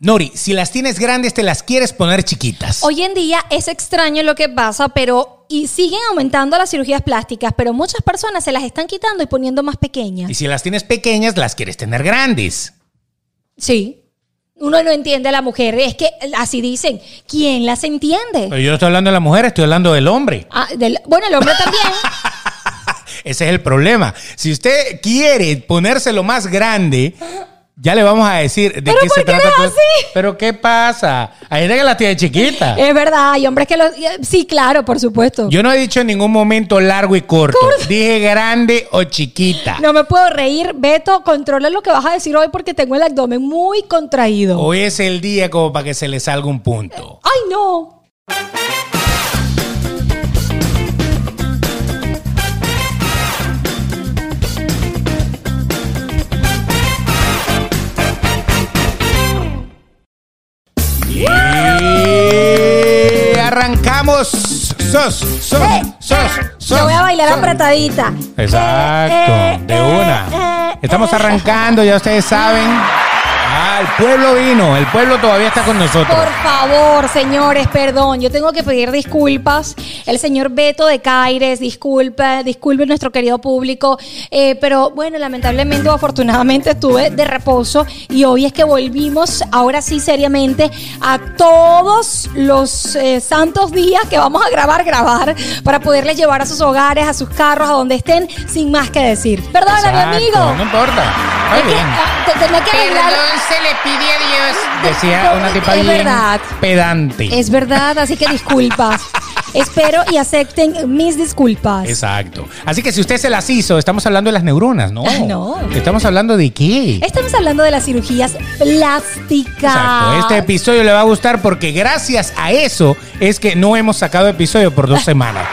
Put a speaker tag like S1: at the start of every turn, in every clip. S1: Nori, si las tienes grandes, te las quieres poner chiquitas.
S2: Hoy en día es extraño lo que pasa, pero y siguen aumentando las cirugías plásticas, pero muchas personas se las están quitando y poniendo más pequeñas.
S1: Y si las tienes pequeñas, las quieres tener grandes.
S2: Sí. Uno no entiende a la mujer, es que así dicen, ¿quién las entiende?
S1: Pero yo no estoy hablando de la mujer, estoy hablando del hombre.
S2: Ah, del- bueno, el hombre también.
S1: Ese es el problema. Si usted quiere ponérselo más grande, ya le vamos a decir de
S2: ¿Pero
S1: qué
S2: por
S1: se
S2: qué
S1: trata.
S2: no
S1: todo-
S2: así? Eh,
S1: Pero ¿qué pasa? Hay gente que la tiene chiquita.
S2: es verdad, hay hombres que lo eh, sí, claro, por supuesto.
S1: Yo no he dicho en ningún momento largo y corto. Dije grande o chiquita.
S2: No me puedo reír, Beto, controla lo que vas a decir hoy porque tengo el abdomen muy contraído.
S1: Hoy es el día como para que se le salga un punto.
S2: Ay, no.
S1: Y arrancamos. Sos, sos, sos, sos.
S2: Yo voy a bailar
S1: sos.
S2: apretadita. Eh, eh,
S1: Exacto, de
S2: eh,
S1: una.
S2: eh,
S1: Estamos
S2: eh.
S1: arrancando, ya ustedes saben. Ah, el pueblo vino, el pueblo todavía está con nosotros.
S2: Por favor, señores, perdón, yo tengo que pedir disculpas. El señor Beto de Caires, disculpa, disculpe nuestro querido público, Eh, pero bueno, lamentablemente o afortunadamente estuve de reposo y hoy es que volvimos, ahora sí seriamente, a todos los eh, santos días que vamos a grabar, grabar, para poderles llevar a sus hogares, a sus carros, a donde estén, sin más que decir. Perdóname,
S1: Exacto, No
S2: amigo.
S1: importa. Muy
S2: Es que,
S1: bien.
S2: ah, te- tenía que arreglar-
S1: se le pide a Dios. Decía una tipa
S2: Es
S1: bien
S2: verdad.
S1: pedante.
S2: Es verdad, así que disculpas. Espero y acepten mis disculpas.
S1: Exacto. Así que si usted se las hizo, estamos hablando de las neuronas, ¿no?
S2: Ah, no.
S1: Estamos hablando de qué.
S2: Estamos hablando de las cirugías plásticas.
S1: Exacto. Este episodio le va a gustar porque gracias a eso es que no hemos sacado episodio por dos semanas.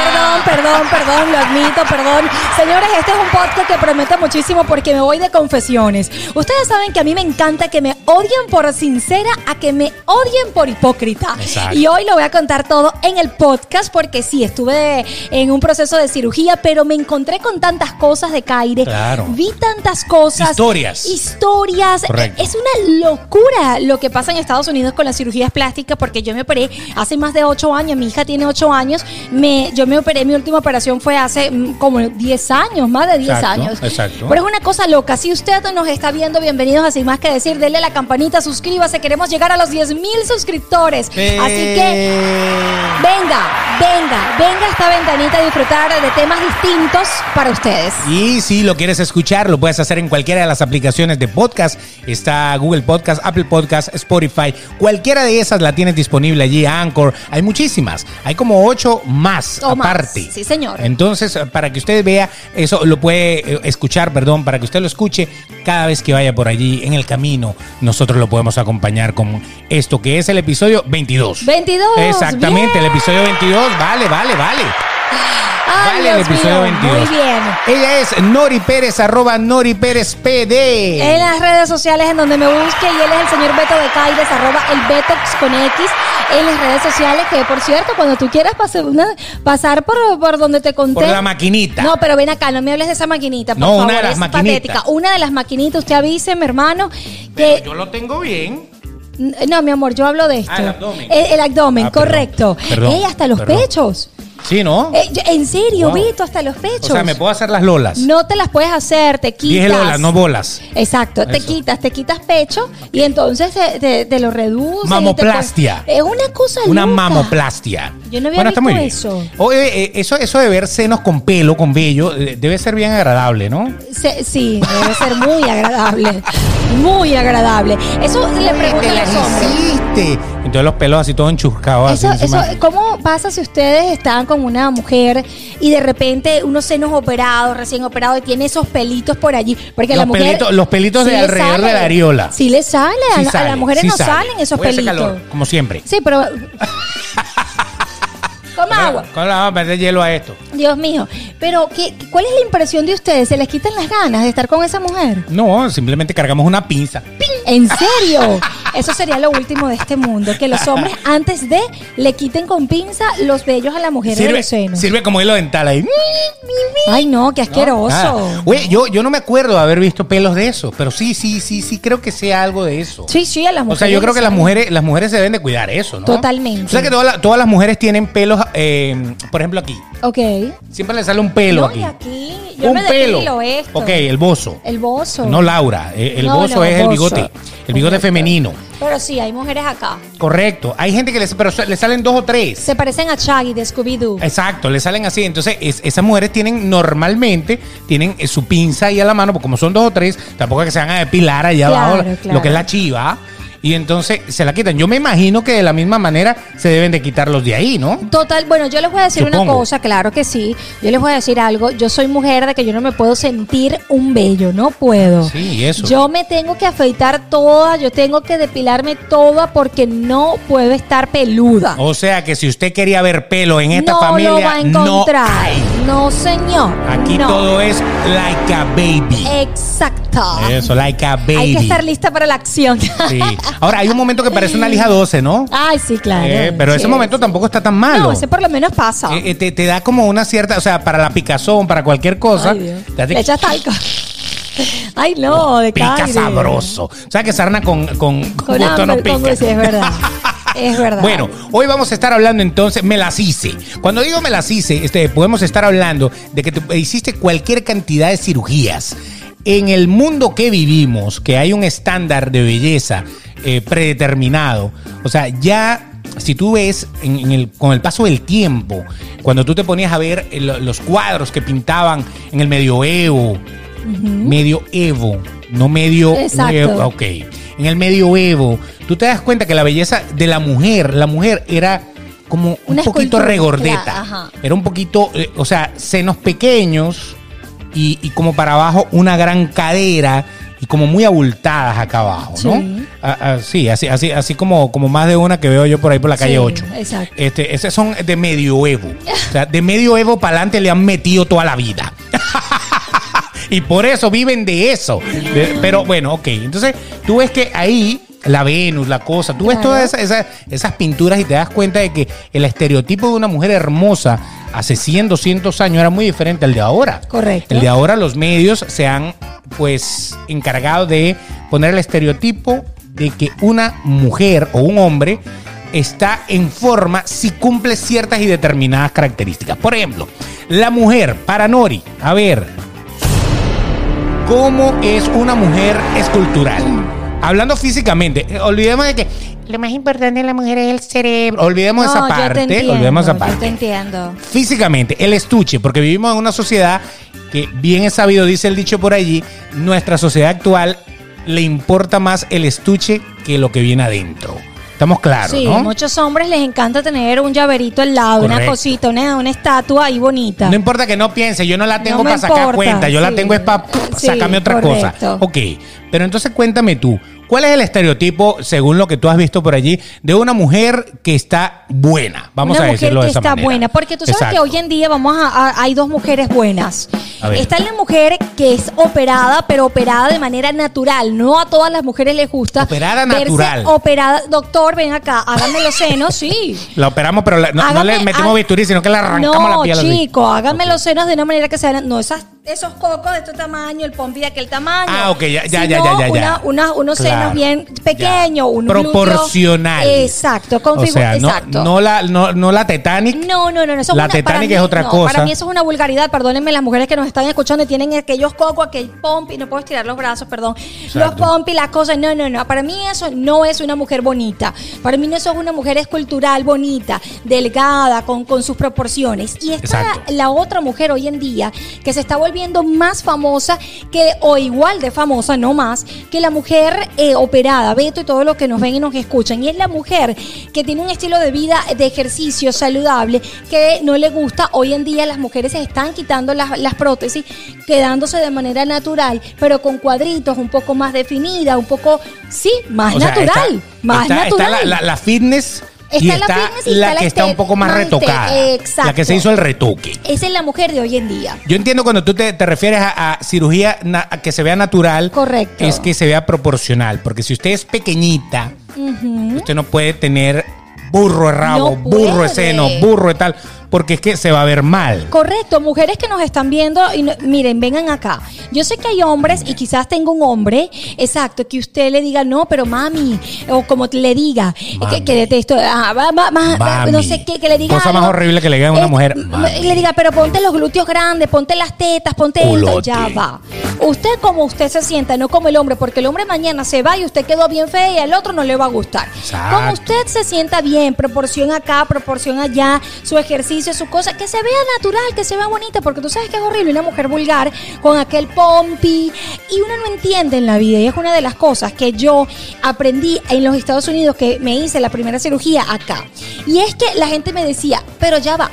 S2: Perdón, perdón, perdón, lo admito, perdón. Señores, este es un podcast que promete muchísimo porque me voy de confesiones. Ustedes saben que a mí me encanta que me odien por sincera a que me odien por hipócrita.
S1: Exacto.
S2: Y hoy lo voy a contar todo en el podcast porque sí, estuve en un proceso de cirugía, pero me encontré con tantas cosas de Caire.
S1: Claro.
S2: Vi tantas cosas.
S1: Historias.
S2: Historias.
S1: Correcto.
S2: Es una locura lo que pasa en Estados Unidos con las cirugías plásticas porque yo me operé hace más de 8 años, mi hija tiene 8 años, me, yo me operé, mi última operación fue hace mm, como 10 años, más de 10
S1: Exacto,
S2: años.
S1: exacto.
S2: Pero es una cosa loca, si usted nos está viendo, bienvenidos a Sin Más Que Decir, denle a la campanita, suscríbase, queremos llegar a los 10 mil suscriptores. Así que... Venga, venga, venga a esta ventanita a disfrutar de temas distintos para ustedes.
S1: Y si lo quieres escuchar, lo puedes hacer en cualquiera de las aplicaciones de podcast. Está Google Podcast, Apple Podcast, Spotify. Cualquiera de esas la tienes disponible allí, Anchor. Hay muchísimas. Hay como ocho más
S2: O más.
S1: aparte.
S2: Sí, señor.
S1: Entonces, para que usted vea, eso lo puede eh, escuchar, perdón, para que usted lo escuche cada vez que vaya por allí en el camino. Nosotros lo podemos acompañar con esto que es el episodio 22.
S2: 22,
S1: Exactamente, el
S2: bien.
S1: episodio 22. Vale, vale, vale.
S2: Ay,
S1: Vale el
S2: Dios
S1: episodio
S2: mío,
S1: 22.
S2: Muy bien.
S1: Ella es Nori Pérez, arroba Nori Pérez PD.
S2: En las redes sociales en donde me busque y él es el señor Beto de Caires, arroba el Betox con X. En las redes sociales, que por cierto, cuando tú quieras pasar, una- pasar por, por donde te conté.
S1: Por la maquinita.
S2: No, pero ven acá, no me hables de esa maquinita. Por
S1: No, una
S2: favor,
S1: de las
S2: es
S1: maquinitas.
S2: patética. Una de las maquinitas, usted avise, mi hermano, que.
S1: yo lo tengo bien.
S2: No, mi amor, yo hablo de esto.
S1: Ah, el abdomen.
S2: El, el abdomen,
S1: Ah, perdón,
S2: correcto.
S1: perdón,
S2: Ey, hasta los
S1: perdón.
S2: pechos.
S1: Sí, ¿no?
S2: Eh, yo- en serio,
S1: Wow.
S2: Beto, hasta los
S1: o
S2: pechos.
S1: sea, me puedo hacer las lolas.
S2: No te las puedes hacer, te quitas.
S1: Dije lolas, no bolas.
S2: Exacto, te
S1: Eso.
S2: quitas, te quitas pecho y entonces te, te- te lo reduces.
S1: Mamoplastia.
S2: Es una cosa
S1: Una
S2: loca.
S1: mamoplastia.
S2: Yo no había
S1: está
S2: visto
S1: muy bien.
S2: eso.
S1: Oye, eh, eso, eso de ver senos con pelo, con vello, eh, debe ser bien agradable, ¿no?
S2: Se- sí, debe ser muy agradable. Muy agradable. Eso le pregunto a los hombres.
S1: hiciste. Entonces los pelos así todos enchuscados. así
S2: Eso,
S1: Ah, encima.
S2: eso, ¿Cómo pasa si ustedes están con una mujer y de repente unos senos operados, recién operados, y tiene esos pelitos por allí? Porque a la
S1: Los
S2: mujer.
S1: pelitos- los pelitos de
S2: le
S1: alrededor de la areola.
S2: Sí, le sale.
S1: Sí
S2: a, la- a
S1: sale,
S2: las mujeres
S1: sí
S2: no
S1: sale.
S2: salen esos
S1: Hoy hace
S2: pelitos.
S1: calor, como siempre.
S2: Sí, pero. Toma agua.
S1: ¿Cómo le vamos a perder hielo a esto?
S2: Dios mío. Pero, ¿qué, ¿cuál es la impresión de ustedes? ¿Se les quitan las ganas de estar con esa mujer?
S1: No, simplemente cargamos una pinza.
S2: ¿En serio? Eso sería lo último de este mundo, que los hombres antes de le quiten con pinza los vellos a la mujer de
S1: Sirve,
S2: los senos.
S1: sirve como hilo dental ahí.
S2: Ay, no, qué asqueroso.
S1: Nada. Oye, yo, yo no me acuerdo de haber visto pelos de eso, pero sí, sí, sí, sí, creo que sea algo de eso.
S2: Sí, sí, a las
S1: O
S2: mujeres.
S1: sea, yo creo que
S2: les
S1: las
S2: sale.
S1: mujeres, las mujeres se deben de cuidar eso, ¿no?
S2: Totalmente.
S1: O sea que todas las- todas las mujeres tienen pelos, eh, por ejemplo, aquí.
S2: Ok.
S1: Siempre le sale un pelo
S2: No,
S1: aquí.
S2: y aquí yo
S1: un
S2: me
S1: pelo.
S2: depilo esto.
S1: Ok, el bozo.
S2: El bozo.
S1: No Laura. eh, El
S2: No,
S1: bozo
S2: no,
S1: es el
S2: bozo.
S1: bigote. El bigote
S2: Correcto.
S1: femenino.
S2: Pero sí, hay mujeres acá.
S1: Correcto. Hay gente que le, pero le salen dos o tres.
S2: Se parecen a Chaggy de Scooby-Doo.
S1: Exacto, le salen así. Entonces, es- esas mujeres tienen normalmente, tienen eh, su pinza ahí a la mano, porque como son dos o tres, tampoco es que se van a depilar allá
S2: Claro,
S1: abajo lo
S2: claro.
S1: que es la chiva. Y entonces se la quitan. Yo me imagino que de la misma manera se deben de quitar los de ahí, ¿no?
S2: Total, bueno, yo les voy a decir una
S1: Supongo.
S2: cosa, claro que sí. Yo les voy a decir algo. Yo soy mujer de que yo no me puedo sentir un vello, no puedo.
S1: Sí, y eso.
S2: Yo me tengo que afeitar toda, yo tengo que depilarme toda porque no puedo estar peluda.
S1: O sea que si usted quería ver pelo en esta
S2: no
S1: familia,
S2: lo va a encontrar.
S1: no hay.
S2: No, señor.
S1: Aquí
S2: No.
S1: todo es like a baby.
S2: Exacto.
S1: Eso, like a baby.
S2: Eh, Hay que estar lista para la acción.
S1: Sí. Ahora, hay un momento que parece una lija 12, ¿no?
S2: Ay, sí, claro.
S1: Eh, pero ese
S2: Sí,
S1: momento
S2: sí.
S1: tampoco está tan malo.
S2: No, ese por lo menos pasa.
S1: Eh, eh, te, te da como una cierta, o sea, para la picazón, para cualquier cosa.
S2: Ay, Dios.
S1: te hace-
S2: Le echas talco. Ay, no, de
S1: pica
S2: caire.
S1: sabroso. O sea, que sarna con, con, con
S2: Con
S1: gusto no
S2: hambre,
S1: pica.
S2: con gusto, es verdad. Es verdad.
S1: Bueno, hoy vamos a estar hablando entonces, me las hice. Cuando digo me las hice, este, podemos estar hablando de que te- hiciste cualquier cantidad de cirugías. En el mundo que vivimos, que hay un estándar de belleza eh, predeterminado, o sea, ya... Si tú ves en- en el- con el paso del tiempo, cuando tú te ponías a ver eh, lo- los cuadros que pintaban en el medioevo, medioevo, no medio
S2: Exacto.
S1: nuevo, ah, Ok. En el medioevo, tú te das cuenta que la belleza de la mujer, la mujer era como un
S2: Una
S1: poquito
S2: escultura,
S1: regordeta.
S2: claro, ajá.
S1: Era un poquito, eh, o sea, senos pequeños y, y como para abajo una gran cadera y como muy abultadas acá abajo, ¿no?
S2: Sí.
S1: Ah, ah, sí, así, así, así como, como más de una que veo yo por ahí por la calle
S2: Sí,
S1: 8.
S2: exacto.
S1: Este, esas son de medioevo. O sea, de medioevo para adelante le han metido toda la vida. Y por eso viven de eso. De- pero bueno, ok. Entonces, tú ves que ahí la Venus, la cosa, tú ves
S2: Claro.
S1: todas esas, esas- esas pinturas y te das cuenta de que el estereotipo de una mujer hermosa hace 100, 200 años era muy diferente al de ahora.
S2: Correcto.
S1: El de ahora los medios se han pues encargado de poner el estereotipo de que una mujer o un hombre está en forma si cumple ciertas y determinadas características. Por ejemplo, la mujer, para Nori, a ver, ¿cómo es una mujer escultural? Hablando físicamente, eh, olvidemos de que lo más importante de la mujer es el cerebro. Olvidemos
S2: No,
S1: esa
S2: yo te
S1: parte,
S2: entiendo,
S1: olvidemos esa
S2: Yo te
S1: parte
S2: entiendo.
S1: físicamente, el estuche, porque vivimos en una sociedad que, bien es sabido, dice el dicho por allí, nuestra sociedad actual le importa más el estuche que lo que viene adentro. Estamos claros,
S2: sí,
S1: ¿no?
S2: muchos hombres les encanta tener un llaverito al lado, una
S1: Correcto.
S2: cosita, una, una estatua ahí bonita.
S1: No importa que no piense, yo no la tengo
S2: No me
S1: para sacar
S2: importa,
S1: cuenta, yo la
S2: sí.
S1: tengo es para
S2: Sí,
S1: sacarme otra cosa.
S2: correcto.
S1: Ok, pero entonces cuéntame tú, ¿cuál es el estereotipo, según lo que tú has visto por allí, de una mujer que está buena? Vamos
S2: una
S1: a
S2: mujer
S1: decirlo
S2: que
S1: de esa
S2: está
S1: manera.
S2: buena, porque tú sabes que
S1: Exacto.
S2: hoy en día vamos a, a- hay dos mujeres buenas.
S1: A ver.
S2: Está la mujer que es operada, pero operada de manera natural. No a todas las mujeres les gusta.
S1: Operada
S2: verse
S1: natural.
S2: Operada, doctor, ven acá, hágame los senos, sí.
S1: La operamos, pero la- no, no
S2: Hágame-
S1: le metimos
S2: há-
S1: bisturí, sino que le arrancamos
S2: no,
S1: la piel. así.
S2: chico, hágame
S1: Ok.
S2: los senos de una manera que sean. No, esas, esos cocos de este tamaño, el pompi de aquel tamaño.
S1: Ah, ok, ya, ya,
S2: Sino
S1: ya, ya, ya, ya.
S2: una- una- unos
S1: Claro,
S2: senos bien pequeños,
S1: ya.
S2: un glúteo-
S1: Proporcional.
S2: exacto, con
S1: O sea, no,
S2: exacto.
S1: no la, no, no la Titanic.
S2: No, no, no, no. Eso
S1: La
S2: es una, para
S1: Titanic
S2: mí-
S1: es otra
S2: no,
S1: cosa.
S2: Para mí eso es una vulgaridad. Perdónenme las mujeres que nos están escuchando y tienen aquellos cocos, aquel pompi, no puedo estirar los brazos, perdón. Los pompi, las cosas. No, no, no. Para mí eso no es una mujer bonita. Para mí no eso es una mujer escultural bonita, delgada, con, con sus proporciones. Y está
S1: Exacto.
S2: la otra mujer hoy en día que se está volviendo más famosa que o igual de famosa, no más, que la mujer eh, operada, Beto y todo lo que nos ven y nos escuchan. Y es la mujer que tiene un estilo de vida de ejercicio saludable que no le gusta. Hoy en día las mujeres se están quitando las, las prótesis, quedándose de manera natural, pero con cuadritos un poco más definida, un poco, sí, más
S1: O sea,
S2: natural,
S1: está-
S2: más
S1: está- está
S2: natural.
S1: la, la- la fitness y está la, que está un poco más retocada. La que se hizo el retoque.
S2: Esa es la mujer de hoy en día.
S1: Yo entiendo cuando tú te, te refieres a, a cirugía na- a que se vea natural.
S2: Correcto.
S1: Es que se vea proporcional. Porque si usted es pequeñita, usted no puede tener burro de rabo,
S2: No
S1: burro de
S2: puede.
S1: seno, burro de tal. Porque es que se va a ver mal.
S2: Correcto, mujeres que nos están viendo y no- miren, vengan acá. Yo sé que hay hombres y quizás tenga un hombre, exacto, que usted le diga no, pero mami o como le diga
S1: Mami.
S2: que, que detesto, ah, va- va- va-
S1: Mami.
S2: no sé qué, que le diga
S1: Cosa más
S2: algo.
S1: horrible que le diga a una mujer,
S2: m-
S1: mami.
S2: le diga, pero ponte los glúteos grandes, ponte las tetas, ponte esto,
S1: Culote.
S2: ya va. Usted como usted se sienta, no como el hombre, porque el hombre mañana se va y usted quedó bien fea y al otro no le va a gustar.
S1: Exacto.
S2: Como usted usted se sienta bien, proporción acá, proporción allá, su ejercicio, su cosa, que se vea natural, que se vea bonita, porque tú sabes que es horrible una mujer vulgar con aquel pompi y uno no entiende en la vida y es una de las cosas que yo aprendí en los Estados Unidos que me hice la primera cirugía acá. Y es que la gente me decía, pero ya va.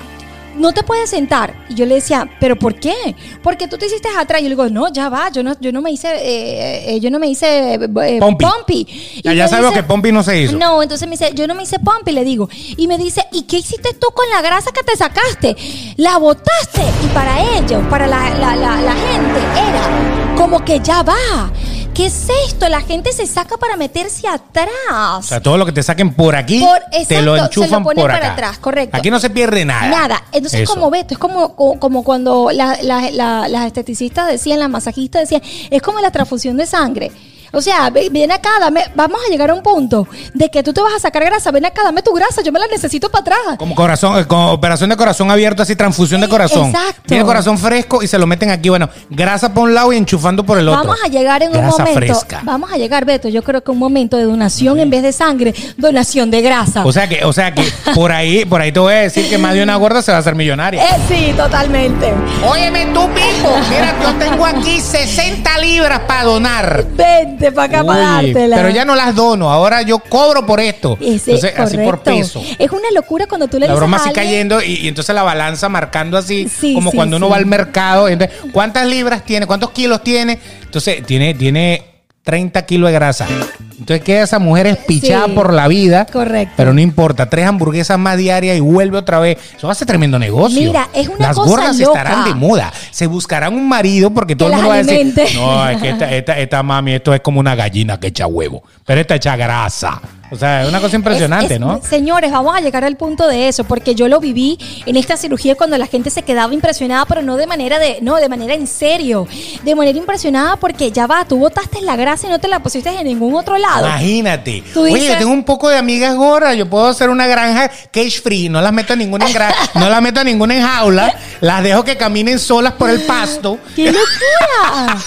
S2: No te puedes sentar. Y yo le decía, ¿pero por qué? Porque tú te hiciste atrás. Y yo le digo, no, ya va, yo no, yo no me hice, eh, eh, yo no me hice eh, eh,
S1: Pompi.
S2: pompi. Y
S1: Ya- ya
S2: me
S1: sabemos que pompi no se hizo.
S2: no, entonces me dice, yo no me hice pompi, le digo. Y me dice, ¿y qué hiciste tú con la grasa que te sacaste? La botaste. Y para ellos, para la, la- la- la gente, era como que ya va. ¿Qué es esto? La gente se saca para meterse atrás.
S1: O sea, todo lo que te saquen por aquí,
S2: Por-
S1: te
S2: exacto,
S1: lo
S2: se lo
S1: enchufan
S2: ponen
S1: por
S2: para
S1: acá.
S2: atrás, correcto.
S1: Aquí no se pierde nada.
S2: Nada. Entonces,
S1: Eso.
S2: como Beto, es como, co- como cuando la- la- la- las esteticistas decían, las masajistas decían, es como la transfusión de sangre. O sea, ve- ven acá, dame, vamos a llegar a un punto de que tú te vas a sacar grasa, ven acá, dame tu grasa, yo me la necesito para atrás.
S1: Como corazón, eh, como operación de corazón abierto, así transfusión de
S2: Sí,
S1: corazón.
S2: exacto.
S1: Tiene corazón fresco y se lo meten aquí, bueno, grasa por un lado y enchufando por el otro.
S2: Vamos a llegar en
S1: Grasa
S2: un momento.
S1: fresca.
S2: Vamos a llegar, Beto. Yo creo que un momento de donación en vez de sangre, donación de grasa.
S1: O sea que, o sea que por ahí, por ahí te voy a decir que más de una gorda se va a hacer millonaria.
S2: Eh, sí, totalmente.
S1: Óyeme tú, Pico, mira, yo tengo aquí 60 libras para donar.
S2: Vente para acá para
S1: Oye,
S2: dártela.
S1: pero ya no las dono, ahora yo cobro por esto.
S2: Ese,
S1: Entonces, así por
S2: correcto.
S1: peso.
S2: Es una locura cuando tú le
S1: La
S2: dices
S1: broma
S2: a
S1: así
S2: alguien-
S1: cayendo y, y entonces la balanza marcando así,
S2: Sí,
S1: como
S2: sí,
S1: cuando uno
S2: sí.
S1: va al mercado. entonces, ¿Cuántas libras tiene? ¿Cuántos kilos tiene? Entonces, tiene, tiene 30 kilos de grasa. Entonces queda esa mujer espichada
S2: Sí,
S1: por la vida.
S2: correcto.
S1: Pero no importa, tres hamburguesas más diarias y vuelve otra vez. Eso hace tremendo negocio.
S2: Mira, es una
S1: Las
S2: cosa
S1: gordas
S2: loca.
S1: estarán de moda. Se buscarán un marido porque todo el
S2: las
S1: mundo va a decir.
S2: alimente.
S1: No, es que esta, esta- esta mami, esto es como una gallina que echa huevo. Pero esta echa grasa. O sea, es una cosa impresionante,
S2: Es- es-
S1: ¿no?
S2: Señores, vamos a llegar al punto de eso, porque yo lo viví en esta cirugía cuando la gente se quedaba impresionada, pero no de manera de, no, de manera en serio, de manera impresionada porque ya va, tú botaste la grasa y no te la pusiste en ningún otro lado.
S1: Ah, Imagínate.
S2: Tú
S1: Oye, yo
S2: dices-
S1: tengo un poco de amigas gorras. Yo puedo hacer una granja cage free. No las meto a ninguna en gra- no las meto a ninguna en jaula. Las dejo que caminen solas por el pasto.
S2: ¡Qué locura!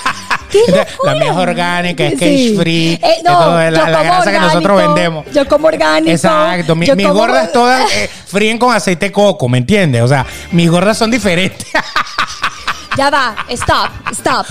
S2: ¡Qué
S1: La-
S2: locura!
S1: la mía es orgánica, es cage free,
S2: Eh, no,
S1: que todo es la-
S2: yo
S1: la
S2: como
S1: grasa que nosotros
S2: orgánico,
S1: vendemos.
S2: Yo como orgánico.
S1: Exacto. Mi-
S2: yo
S1: mis
S2: como-
S1: gordas todas eh, fríen con aceite de coco, ¿me entiendes? O sea, mis gordas son diferentes.
S2: Ya va, stop, stop.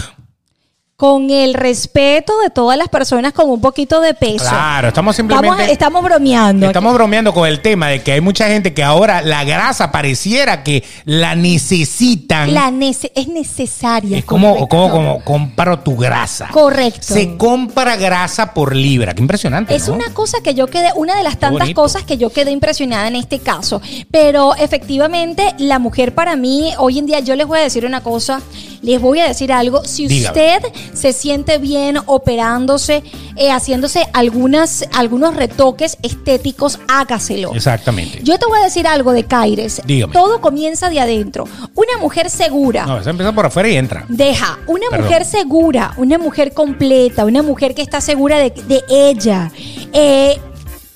S2: Con el respeto de todas las personas con un poquito de peso.
S1: Claro, estamos simplemente.
S2: Estamos, estamos bromeando.
S1: Estamos bromeando con el tema de que hay mucha gente que ahora la grasa pareciera que la necesitan.
S2: La nece- es necesaria.
S1: Es como,
S2: correcto.
S1: como, como comparo tu grasa.
S2: Correcto.
S1: Se compra grasa por libra. Qué impresionante.
S2: Es
S1: ¿no?
S2: una cosa que yo quedé, una de las tantas
S1: bonito.
S2: cosas que yo quedé impresionada en este caso. Pero efectivamente, la mujer para mí, hoy en día, yo les voy a decir una cosa, les voy a decir algo. Si
S1: Dígame.
S2: usted se siente bien operándose, eh, haciéndose algunas, algunos retoques estéticos, hágaselo.
S1: Exactamente.
S2: Yo te voy a decir algo de Caires.
S1: Dígame.
S2: Todo comienza de adentro. Una mujer segura.
S1: No, eso empieza por afuera y entra.
S2: Deja, una
S1: Perdón.
S2: mujer segura, una mujer completa, una mujer que está segura de, de ella. Eh,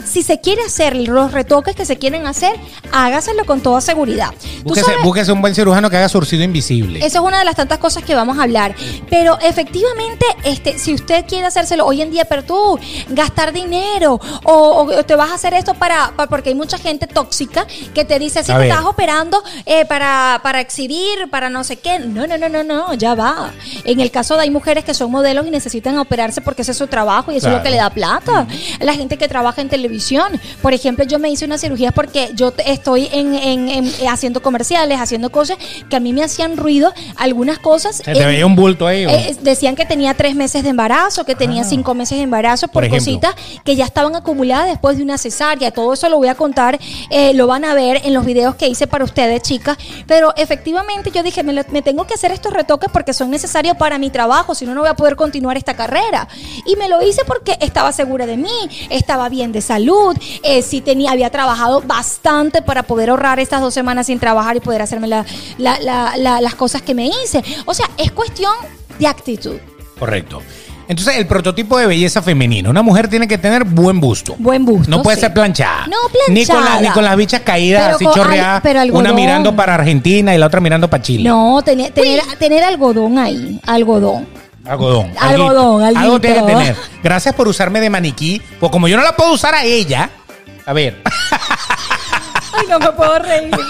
S2: si se quiere hacer los retoques que se quieren hacer, hágaselo con toda seguridad. Tú
S1: Búsquese,
S2: sabes-
S1: búsquese un buen cirujano que haga surcido invisible.
S2: eso es una de las tantas cosas que vamos a hablar. Pero efectivamente, este, si usted quiere hacérselo hoy en día, pero tú, gastar dinero o, o te vas a hacer esto para, pa- porque hay mucha gente tóxica que te dice, si
S1: A
S2: te
S1: ver.
S2: estás operando eh, para, para exhibir, para no sé qué. No, no, no, no, no, ya va. En el caso de hay mujeres que son modelos y necesitan operarse porque ese es su trabajo y eso es lo
S1: Claro.
S2: que le da plata. La gente que trabaja en televisión. Por ejemplo, yo me hice una cirugía porque yo te- est- estoy en, en- en- haciendo comerciales, haciendo cosas que a mí me hacían ruido, algunas cosas.
S1: Se te
S2: en-
S1: veía un bulto ahí. güey.
S2: eh, decían que tenía tres meses de embarazo, que tenía
S1: Ah.
S2: cinco meses de embarazo
S1: Por
S2: por,
S1: ejemplo.
S2: cositas que ya estaban acumuladas después de una cesárea. Todo eso lo voy a contar, eh, lo van a ver en los videos que hice para ustedes, chicas. Pero efectivamente yo dije, me, lo- me tengo que hacer estos retoques porque son necesarios para mi trabajo, si no, no voy a poder continuar esta carrera. Y me lo hice porque estaba segura de mí, estaba bien de salud, eh, sí tenía, había trabajado bastante para poder ahorrar estas dos semanas sin trabajar y poder hacerme la- la- la- la- las cosas que me hice. O sea, es cuestión de actitud.
S1: Correcto. Entonces, el prototipo de belleza femenina. Una mujer tiene que tener buen busto.
S2: Buen busto,
S1: No puede
S2: sí.
S1: ser planchada.
S2: No,
S1: Ni con, la-
S2: planchada.
S1: ni con las bichas caídas,
S2: Pero
S1: así
S2: con al-
S1: chorreadas.
S2: pero algodón.
S1: una mirando para Argentina y la otra mirando para Chile.
S2: No, tener, tener, tener algodón ahí, algodón.
S1: Algodón.
S2: Algodón,
S1: alguito. Algo
S2: alguito.
S1: tiene que tener. Gracias por usarme de maniquí. Pues como yo no la puedo usar a ella. A ver.
S2: Ay, no me puedo reír.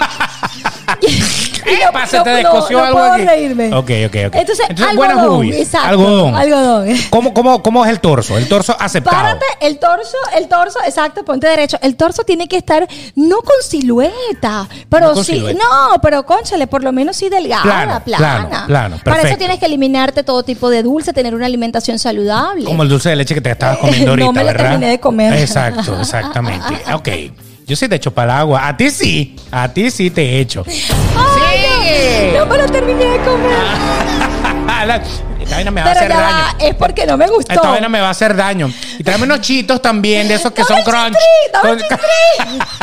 S1: Eh, pa, se te descosió algo
S2: puedo
S1: aquí.
S2: reírme.
S1: Ok, ok, ok.
S2: Entonces, algodón,
S1: buenas boobies.
S2: exacto,
S1: algodón.
S2: algodón.
S1: ¿Cómo, cómo, ¿Cómo es el torso? El torso aceptado.
S2: Párate, el torso, el torso, exacto, ponte derecho. El torso tiene que estar no con silueta, pero
S1: No con
S2: sí,
S1: silueta.
S2: no, pero conchale, por lo menos sí delgada,
S1: Plano,
S2: plana.
S1: plano, plano,
S2: Para
S1: perfecto.
S2: eso tienes que eliminarte todo tipo de dulce, tener una alimentación saludable.
S1: Como el dulce de leche que te estabas comiendo
S2: No
S1: ahorita,
S2: me lo
S1: ¿verdad?
S2: terminé de comer.
S1: Exacto, exactamente. Ok. Yo sí te echo para el agua. A ti sí. A ti sí te echo.
S2: ¡Ay, no, no me lo terminé de comer.
S1: Esta vaina Ah, me va a
S2: Pero
S1: hacer
S2: ya
S1: daño.
S2: va, es porque no me gustó.
S1: Esta vaina me va a hacer daño. Y tráeme unos chitos también, de esos que son
S2: Dame
S1: crunch.
S2: chistri, dame
S1: Con-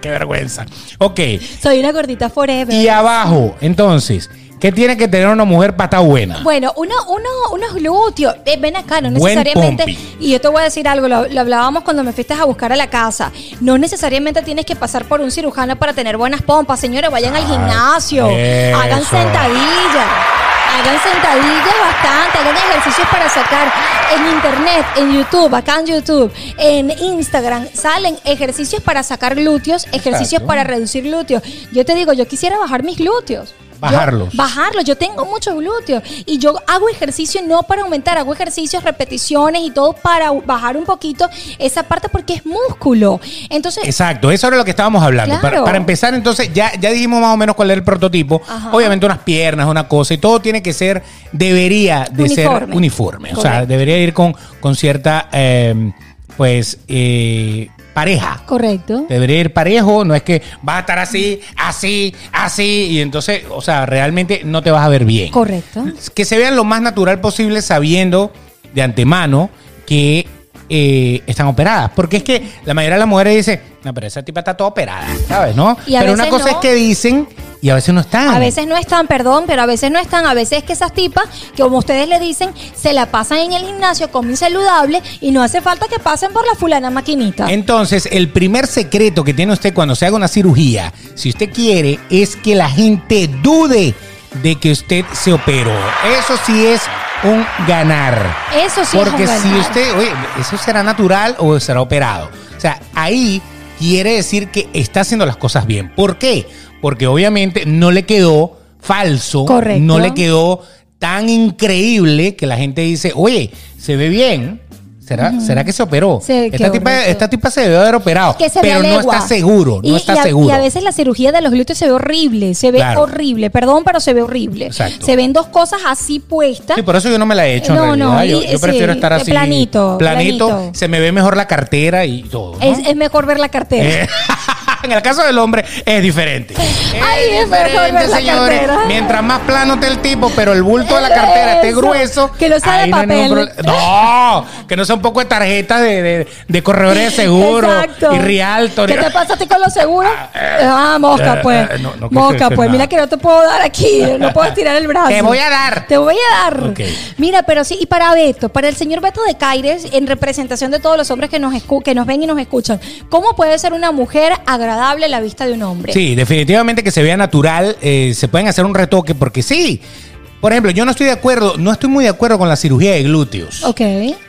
S1: Qué vergüenza. Ok.
S2: Soy una gordita forever.
S1: Y abajo, entonces, ¿qué tiene que tener una mujer para estar buena?
S2: Bueno, uno, uno, unos glúteos. Eh, ven acá, no
S1: Buen
S2: necesariamente.
S1: pompi.
S2: Y yo te voy a decir algo, lo, lo hablábamos cuando me fuiste a buscar a la casa. No necesariamente tienes que pasar por un cirujano para tener buenas pompas. Señores, vayan al
S1: Ah,
S2: gimnasio.
S1: eso.
S2: Hagan sentadillas. Hagan sentadillas bastante, hagan ejercicios para sacar en internet, en YouTube, acá en YouTube, en Instagram, salen ejercicios para sacar glúteos, ejercicios
S1: Exacto.
S2: para reducir glúteos. Yo te digo, yo quisiera bajar mis glúteos. Yo-
S1: Bajarlos.
S2: bajarlos. Yo tengo muchos glúteos y yo hago ejercicio no para aumentar, hago ejercicios, repeticiones y todo para u- bajar un poquito esa parte porque es músculo. Entonces,
S1: Exacto, eso era lo que estábamos hablando.
S2: Claro.
S1: Para, para empezar, entonces, ya, ya dijimos más o menos cuál era el prototipo.
S2: Ajá.
S1: Obviamente unas piernas, una cosa, y todo tiene que ser, debería de ser
S2: Uniforme.
S1: uniforme. O sea,
S2: Correcto.
S1: debería ir con, con cierta, eh, pues, eh, pareja.
S2: correcto.
S1: Debería ir parejo, no es que vas a estar así, así, así, y entonces, o sea, realmente no te vas a ver bien.
S2: Correcto.
S1: Que se vean lo más natural posible sabiendo de antemano que eh, están operadas. Porque es que la mayoría de las mujeres dicen, no, pero esa tipa está toda operada, ¿sabes? ¿No?
S2: Y a
S1: pero una
S2: veces
S1: cosa
S2: no.
S1: es que dicen y a veces no están.
S2: A veces no están, perdón, pero a veces no están. A veces que esas tipas, que como ustedes le dicen, se la pasan en el gimnasio, comen saludable y no hace falta que pasen por la fulana maquinita.
S1: Entonces, el primer secreto que tiene usted cuando se haga una cirugía, si usted quiere, es que la gente dude de que usted se operó. Eso sí es un ganar.
S2: Eso sí es
S1: Porque
S2: un
S1: si
S2: ganar.
S1: usted, oye, ¿eso será natural o será operado? O sea, ahí quiere decir que está haciendo las cosas bien. ¿Por qué? Porque obviamente no le quedó falso,
S2: Correcto.
S1: no le quedó tan increíble que la gente dice, oye, se ve bien. ¿Será, ¿Será que se operó?
S2: Sí,
S1: esta,
S2: qué
S1: tipa,
S2: horror.
S1: esta tipa se debe haber operado,
S2: que se
S1: pero
S2: vea
S1: no
S2: legua.
S1: está seguro, no
S2: Y-
S1: está
S2: y a,
S1: seguro.
S2: Y a veces la cirugía de los glúteos se ve horrible, se ve
S1: Claro.
S2: horrible, perdón, pero se ve horrible.
S1: Exacto.
S2: Se ven dos cosas así puestas.
S1: Sí, por eso yo no me la he hecho. en
S2: No, no,
S1: realidad. yo,
S2: y-
S1: yo prefiero
S2: sí,
S1: estar así.
S2: planito,
S1: planito.
S2: planito.
S1: Se me ve mejor la cartera y todo. ¿no?
S2: es, es mejor ver la cartera.
S1: Eh, en el caso del hombre es diferente.
S2: Ay, es mejor ver la cartera.
S1: Mientras más plano esté el tipo, pero el bulto de la cartera esté
S2: Eso,
S1: grueso.
S2: que no sea de
S1: ahí hay
S2: papel.
S1: ningún problema. no, que no sea un poco de tarjetas de, de, de corredores de seguro
S2: Exacto.
S1: y Rialto. Ah,
S2: ¿Qué te pasa a ti con los seguros? Ah, mosca,
S1: eh,
S2: pues.
S1: eh, no, no quise
S2: mosca,
S1: decir
S2: pues.
S1: nada.
S2: Mira que no te puedo dar aquí. No puedo estirar el brazo.
S1: Te voy a dar.
S2: Te voy a dar.
S1: Ok.
S2: Mira, pero sí, y para Beto, para el señor Beto de Caires, en representación de todos los hombres que nos, escu- que nos ven y nos escuchan, ¿cómo puede ser una mujer agradable a la vista de un hombre?
S1: Sí, definitivamente que se vea natural. eh, se pueden hacer un retoque porque sí. Por ejemplo, yo no estoy de acuerdo, no estoy muy de acuerdo con la cirugía de glúteos.
S2: Ok.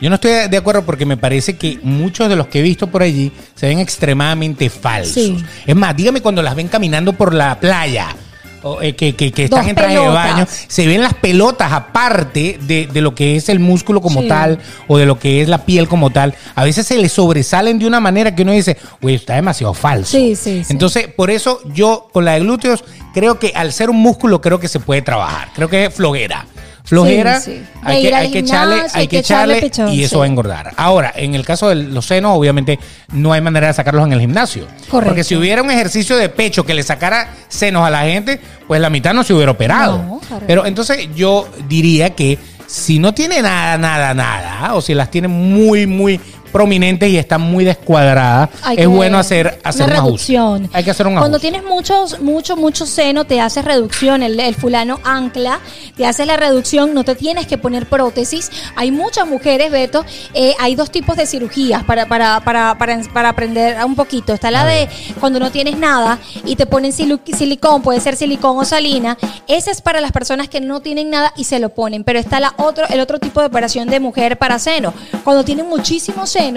S1: Yo no estoy de acuerdo porque me parece que muchos de los que he visto por allí se ven extremadamente falsos.
S2: Sí.
S1: Es más, dígame cuando las ven caminando por la playa. o, eh, que, que- que están
S2: Dos
S1: en traje de
S2: pelotas.
S1: baño, se ven las pelotas aparte de, de lo que es el músculo como
S2: Sí.
S1: tal o de lo que es la piel como tal. A veces se le sobresalen de una manera que uno dice, güey, está demasiado falso.
S2: Sí, sí, sí.
S1: Entonces, por eso yo con la de glúteos creo que al ser un músculo creo que se puede trabajar. Creo que es flojera. Flojera,
S2: Sí, sí.
S1: hay,
S2: De
S1: que,
S2: ir al
S1: hay que echarle,
S2: gimnasio,
S1: hay que echarle
S2: pechón,
S1: y eso
S2: sí.
S1: va a engordar. Ahora, en el caso de los senos, obviamente no hay manera de sacarlos en el gimnasio.
S2: Correcto.
S1: Porque si hubiera un ejercicio de pecho que le sacara senos a la gente, pues la mitad no se hubiera operado.
S2: No, correcto.
S1: Pero entonces yo diría que si no tiene nada, nada, nada, o si las tiene muy, muy prominentes y están muy descuadradas,
S2: Hay
S1: es
S2: que-
S1: bueno hacer, hacer
S2: una
S1: un
S2: reducción.
S1: ajuste. Hay que hacer un
S2: Cuando
S1: ajuste.
S2: tienes muchos, mucho, mucho seno, te haces reducción. El, el fulano ancla, te haces la reducción, no te tienes que poner prótesis. Hay muchas mujeres, Beto, eh, hay dos tipos de cirugías para, para, para, para, para aprender un poquito. Está la de cuando no tienes nada y te ponen silu- silicón, puede ser silicón o salina. Esa es para las personas que no tienen nada y se lo ponen. Pero está la otro, el otro tipo de operación de mujer para seno. Cuando tienen muchísimo seno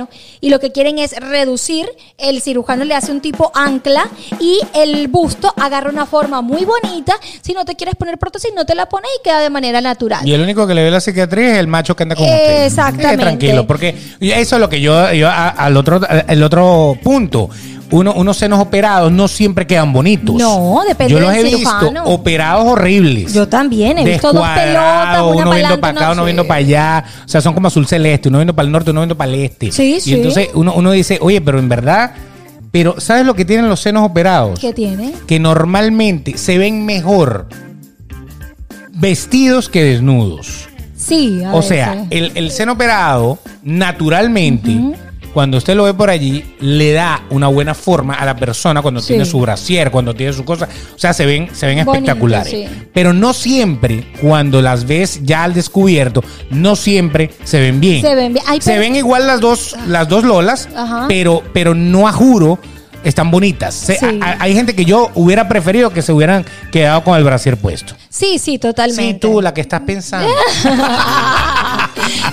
S2: y lo que quieren es reducir, el cirujano le hace un tipo ancla y el busto agarra una forma muy bonita. Si no te quieres poner prótesis, no te la pones y queda de manera natural.
S1: Y el único que le ve la psiquiatría es el macho que anda con usted.
S2: Exactamente.
S1: Eh, tranquilo, porque eso es lo que yo, yo a- al otro, el otro punto. Uno, unos senos operados no siempre quedan bonitos.
S2: No, depende
S1: Yo los
S2: del
S1: he
S2: cirujano.
S1: visto operados horribles.
S2: Yo también he visto dos pelotas,
S1: Descuadrado,
S2: una
S1: uno viendo
S2: pa'lante,
S1: para acá,
S2: una-
S1: uno viendo
S2: sí.
S1: para allá. O sea, son como azul celeste, uno viendo para el norte, uno viendo para el este.
S2: Sí,
S1: y
S2: sí.
S1: entonces uno, uno dice, oye, pero en verdad, pero ¿sabes lo que tienen los senos operados?
S2: ¿Qué tiene?
S1: Que normalmente se ven mejor vestidos que desnudos.
S2: Sí, a
S1: O sea,
S2: veces.
S1: el, el seno operado, naturalmente, cuando usted lo ve por allí, le da una buena forma a la persona cuando
S2: Sí.
S1: tiene su brasier, cuando tiene su cosa. O sea, se ven, se ven
S2: Bonito,
S1: espectaculares.
S2: sí.
S1: Pero no siempre, cuando las ves ya al descubierto, no siempre se ven bien.
S2: Se ven bien. Ay,
S1: Se
S2: pero- Ah.
S1: ven igual las dos, las dos lolas,
S2: Ajá.
S1: pero, pero no a juro. Están bonitas. Se-
S2: Sí.
S1: a- a- hay gente que yo hubiera preferido que se hubieran quedado con el brasier puesto.
S2: Sí, sí, totalmente.
S1: Sí, tú, la que estás pensando.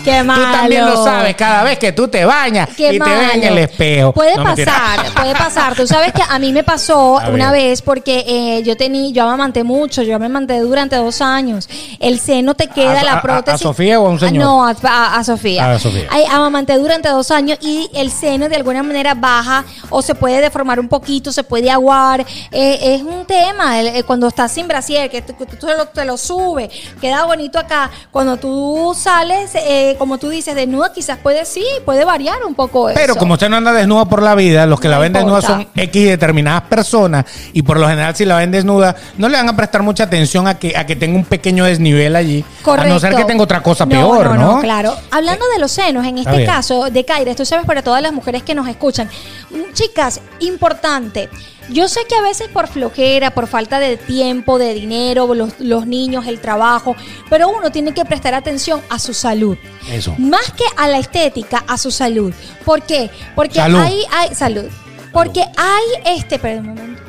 S2: Qué malo.
S1: Tú también lo sabes, cada vez que tú te bañas
S2: Qué
S1: y te ves en
S2: malo.
S1: el espejo.
S2: Puede
S1: No, mentira.
S2: pasar, puede pasar. Tú sabes que a mí me pasó
S1: A
S2: una
S1: ver.
S2: vez porque eh, yo tenía, yo me amanté mucho, yo me amanté durante dos años. El seno te queda
S1: ¿A- Ah, a-
S2: la
S1: a
S2: prótesis.
S1: Sofía o a un señor?
S2: Ah, No, a, a- a Sofía.
S1: A Sofía.
S2: Ay, amamanté durante dos años y el seno de alguna manera baja o se puede deformar un poquito, se puede aguar. Eh, es un tema. el- eh, cuando estás sin brasier, que tú, tú- tú lo- te lo subes, queda bonito acá. Cuando tú sales, eh, como tú dices, desnuda, quizás puede sí, puede variar un poco
S1: Pero
S2: eso.
S1: como usted no anda desnuda por la vida, los que
S2: No
S1: la ven desnuda
S2: importa.
S1: son X determinadas personas y por lo general si la ven desnuda no le van a prestar mucha atención a que, a que tenga un pequeño desnivel allí.
S2: Correcto.
S1: A no ser que tenga otra cosa
S2: No,
S1: peor, ¿no?
S2: claro. Hablando de los senos, en este
S1: bien.
S2: caso de Kaira, tú sabes para todas las mujeres que nos escuchan, mm, chicas, importante. Yo sé que a veces por flojera, por falta de tiempo, de dinero, los, los niños, el trabajo, pero uno tiene que prestar atención a su salud.
S1: Eso.
S2: Más que a la estética, a su salud. ¿Por qué? Porque
S1: Salud.
S2: hay, hay salud. Porque hay este, perdón un momento.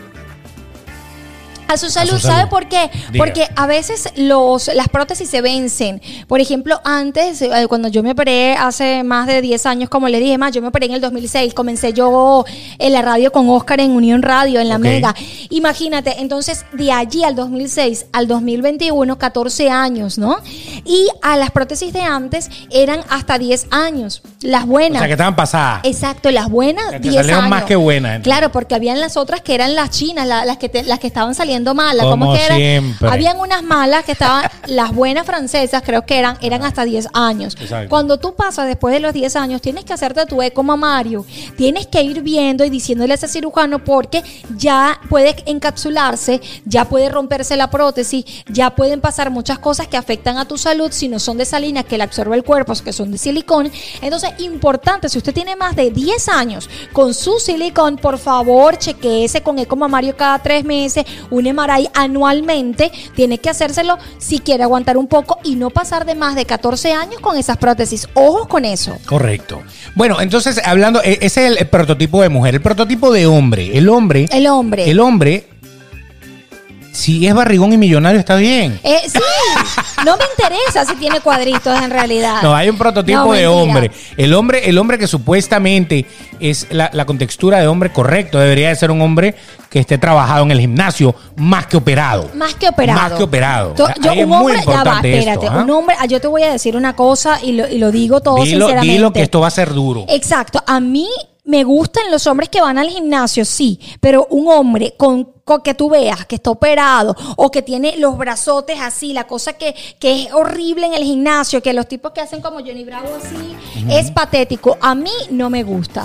S2: A su salud, ¿sabe
S1: salud.
S2: por qué?
S1: Diga.
S2: Porque a veces los, las prótesis se vencen. Por ejemplo, antes, eh, cuando yo me operé hace más de 10 años, como les dije, más, yo me operé en el 2006, comencé yo en la radio con Oscar en Unión Radio, en la
S1: Ok.
S2: Mega. Imagínate, entonces de allí al 2006 al 2021, 14 años, ¿no? Y a las prótesis de antes eran hasta 10 años, las
S1: O
S2: buenas.
S1: sea que estaban pasadas.
S2: Exacto, las buenas
S1: Que te
S2: 10
S1: salieron
S2: años.
S1: más que buenas, entonces.
S2: Claro, porque habían las otras que eran las chinas, la- las, que te- las que estaban saliendo malas.
S1: Como
S2: ¿Cómo que eran?
S1: siempre.
S2: Habían unas malas que estaban, las buenas francesas creo que eran, eran hasta 10 años.
S1: Exacto.
S2: Cuando tú pasas después de los 10 años, tienes que hacerte tu eco mamario. Tienes que ir viendo y diciéndole a ese cirujano porque ya puede encapsularse, ya puede romperse la prótesis, ya pueden pasar muchas cosas que afectan a tu salud si no son de salina, que la absorbe el cuerpo, que son de silicón. Entonces, importante, si usted tiene más de 10 años con su silicón, por favor, chequeese con eco mamario cada tres meses, un MRI anualmente. Tiene que hacérselo si quiere aguantar un poco y no pasar de más de 14 años con esas prótesis. Ojos con eso.
S1: Correcto. Bueno, entonces hablando, e- ese es el, prototipo de mujer, el prototipo de hombre. El hombre.
S2: El hombre.
S1: El hombre Si es barrigón y millonario, está bien.
S2: Eh, sí, no me interesa si tiene cuadritos en realidad.
S1: No, hay un prototipo
S2: Ah. No,
S1: de
S2: mentira.
S1: hombre. El hombre, el hombre que supuestamente es la, la contextura de hombre correcto, debería de ser un hombre que esté trabajado en el gimnasio más que operado.
S2: Más que operado.
S1: Más que operado. Ah,
S2: To- Yo,
S1: Ahí es
S2: un
S1: muy
S2: hombre, ya va,
S1: importante
S2: espérate.
S1: esto, ¿ah?
S2: Un hombre, ah, yo te voy a decir una cosa y lo, y lo digo todo
S1: Dilo,
S2: sinceramente.
S1: dilo que esto va a ser duro.
S2: Exacto. A mí me gustan los hombres que van al gimnasio, sí, pero un hombre con, con que tú veas que está operado o que tiene los brazotes así, la cosa que, que es horrible en el gimnasio, que los tipos que hacen como Johnny Bravo así, es patético. A mí no me gusta.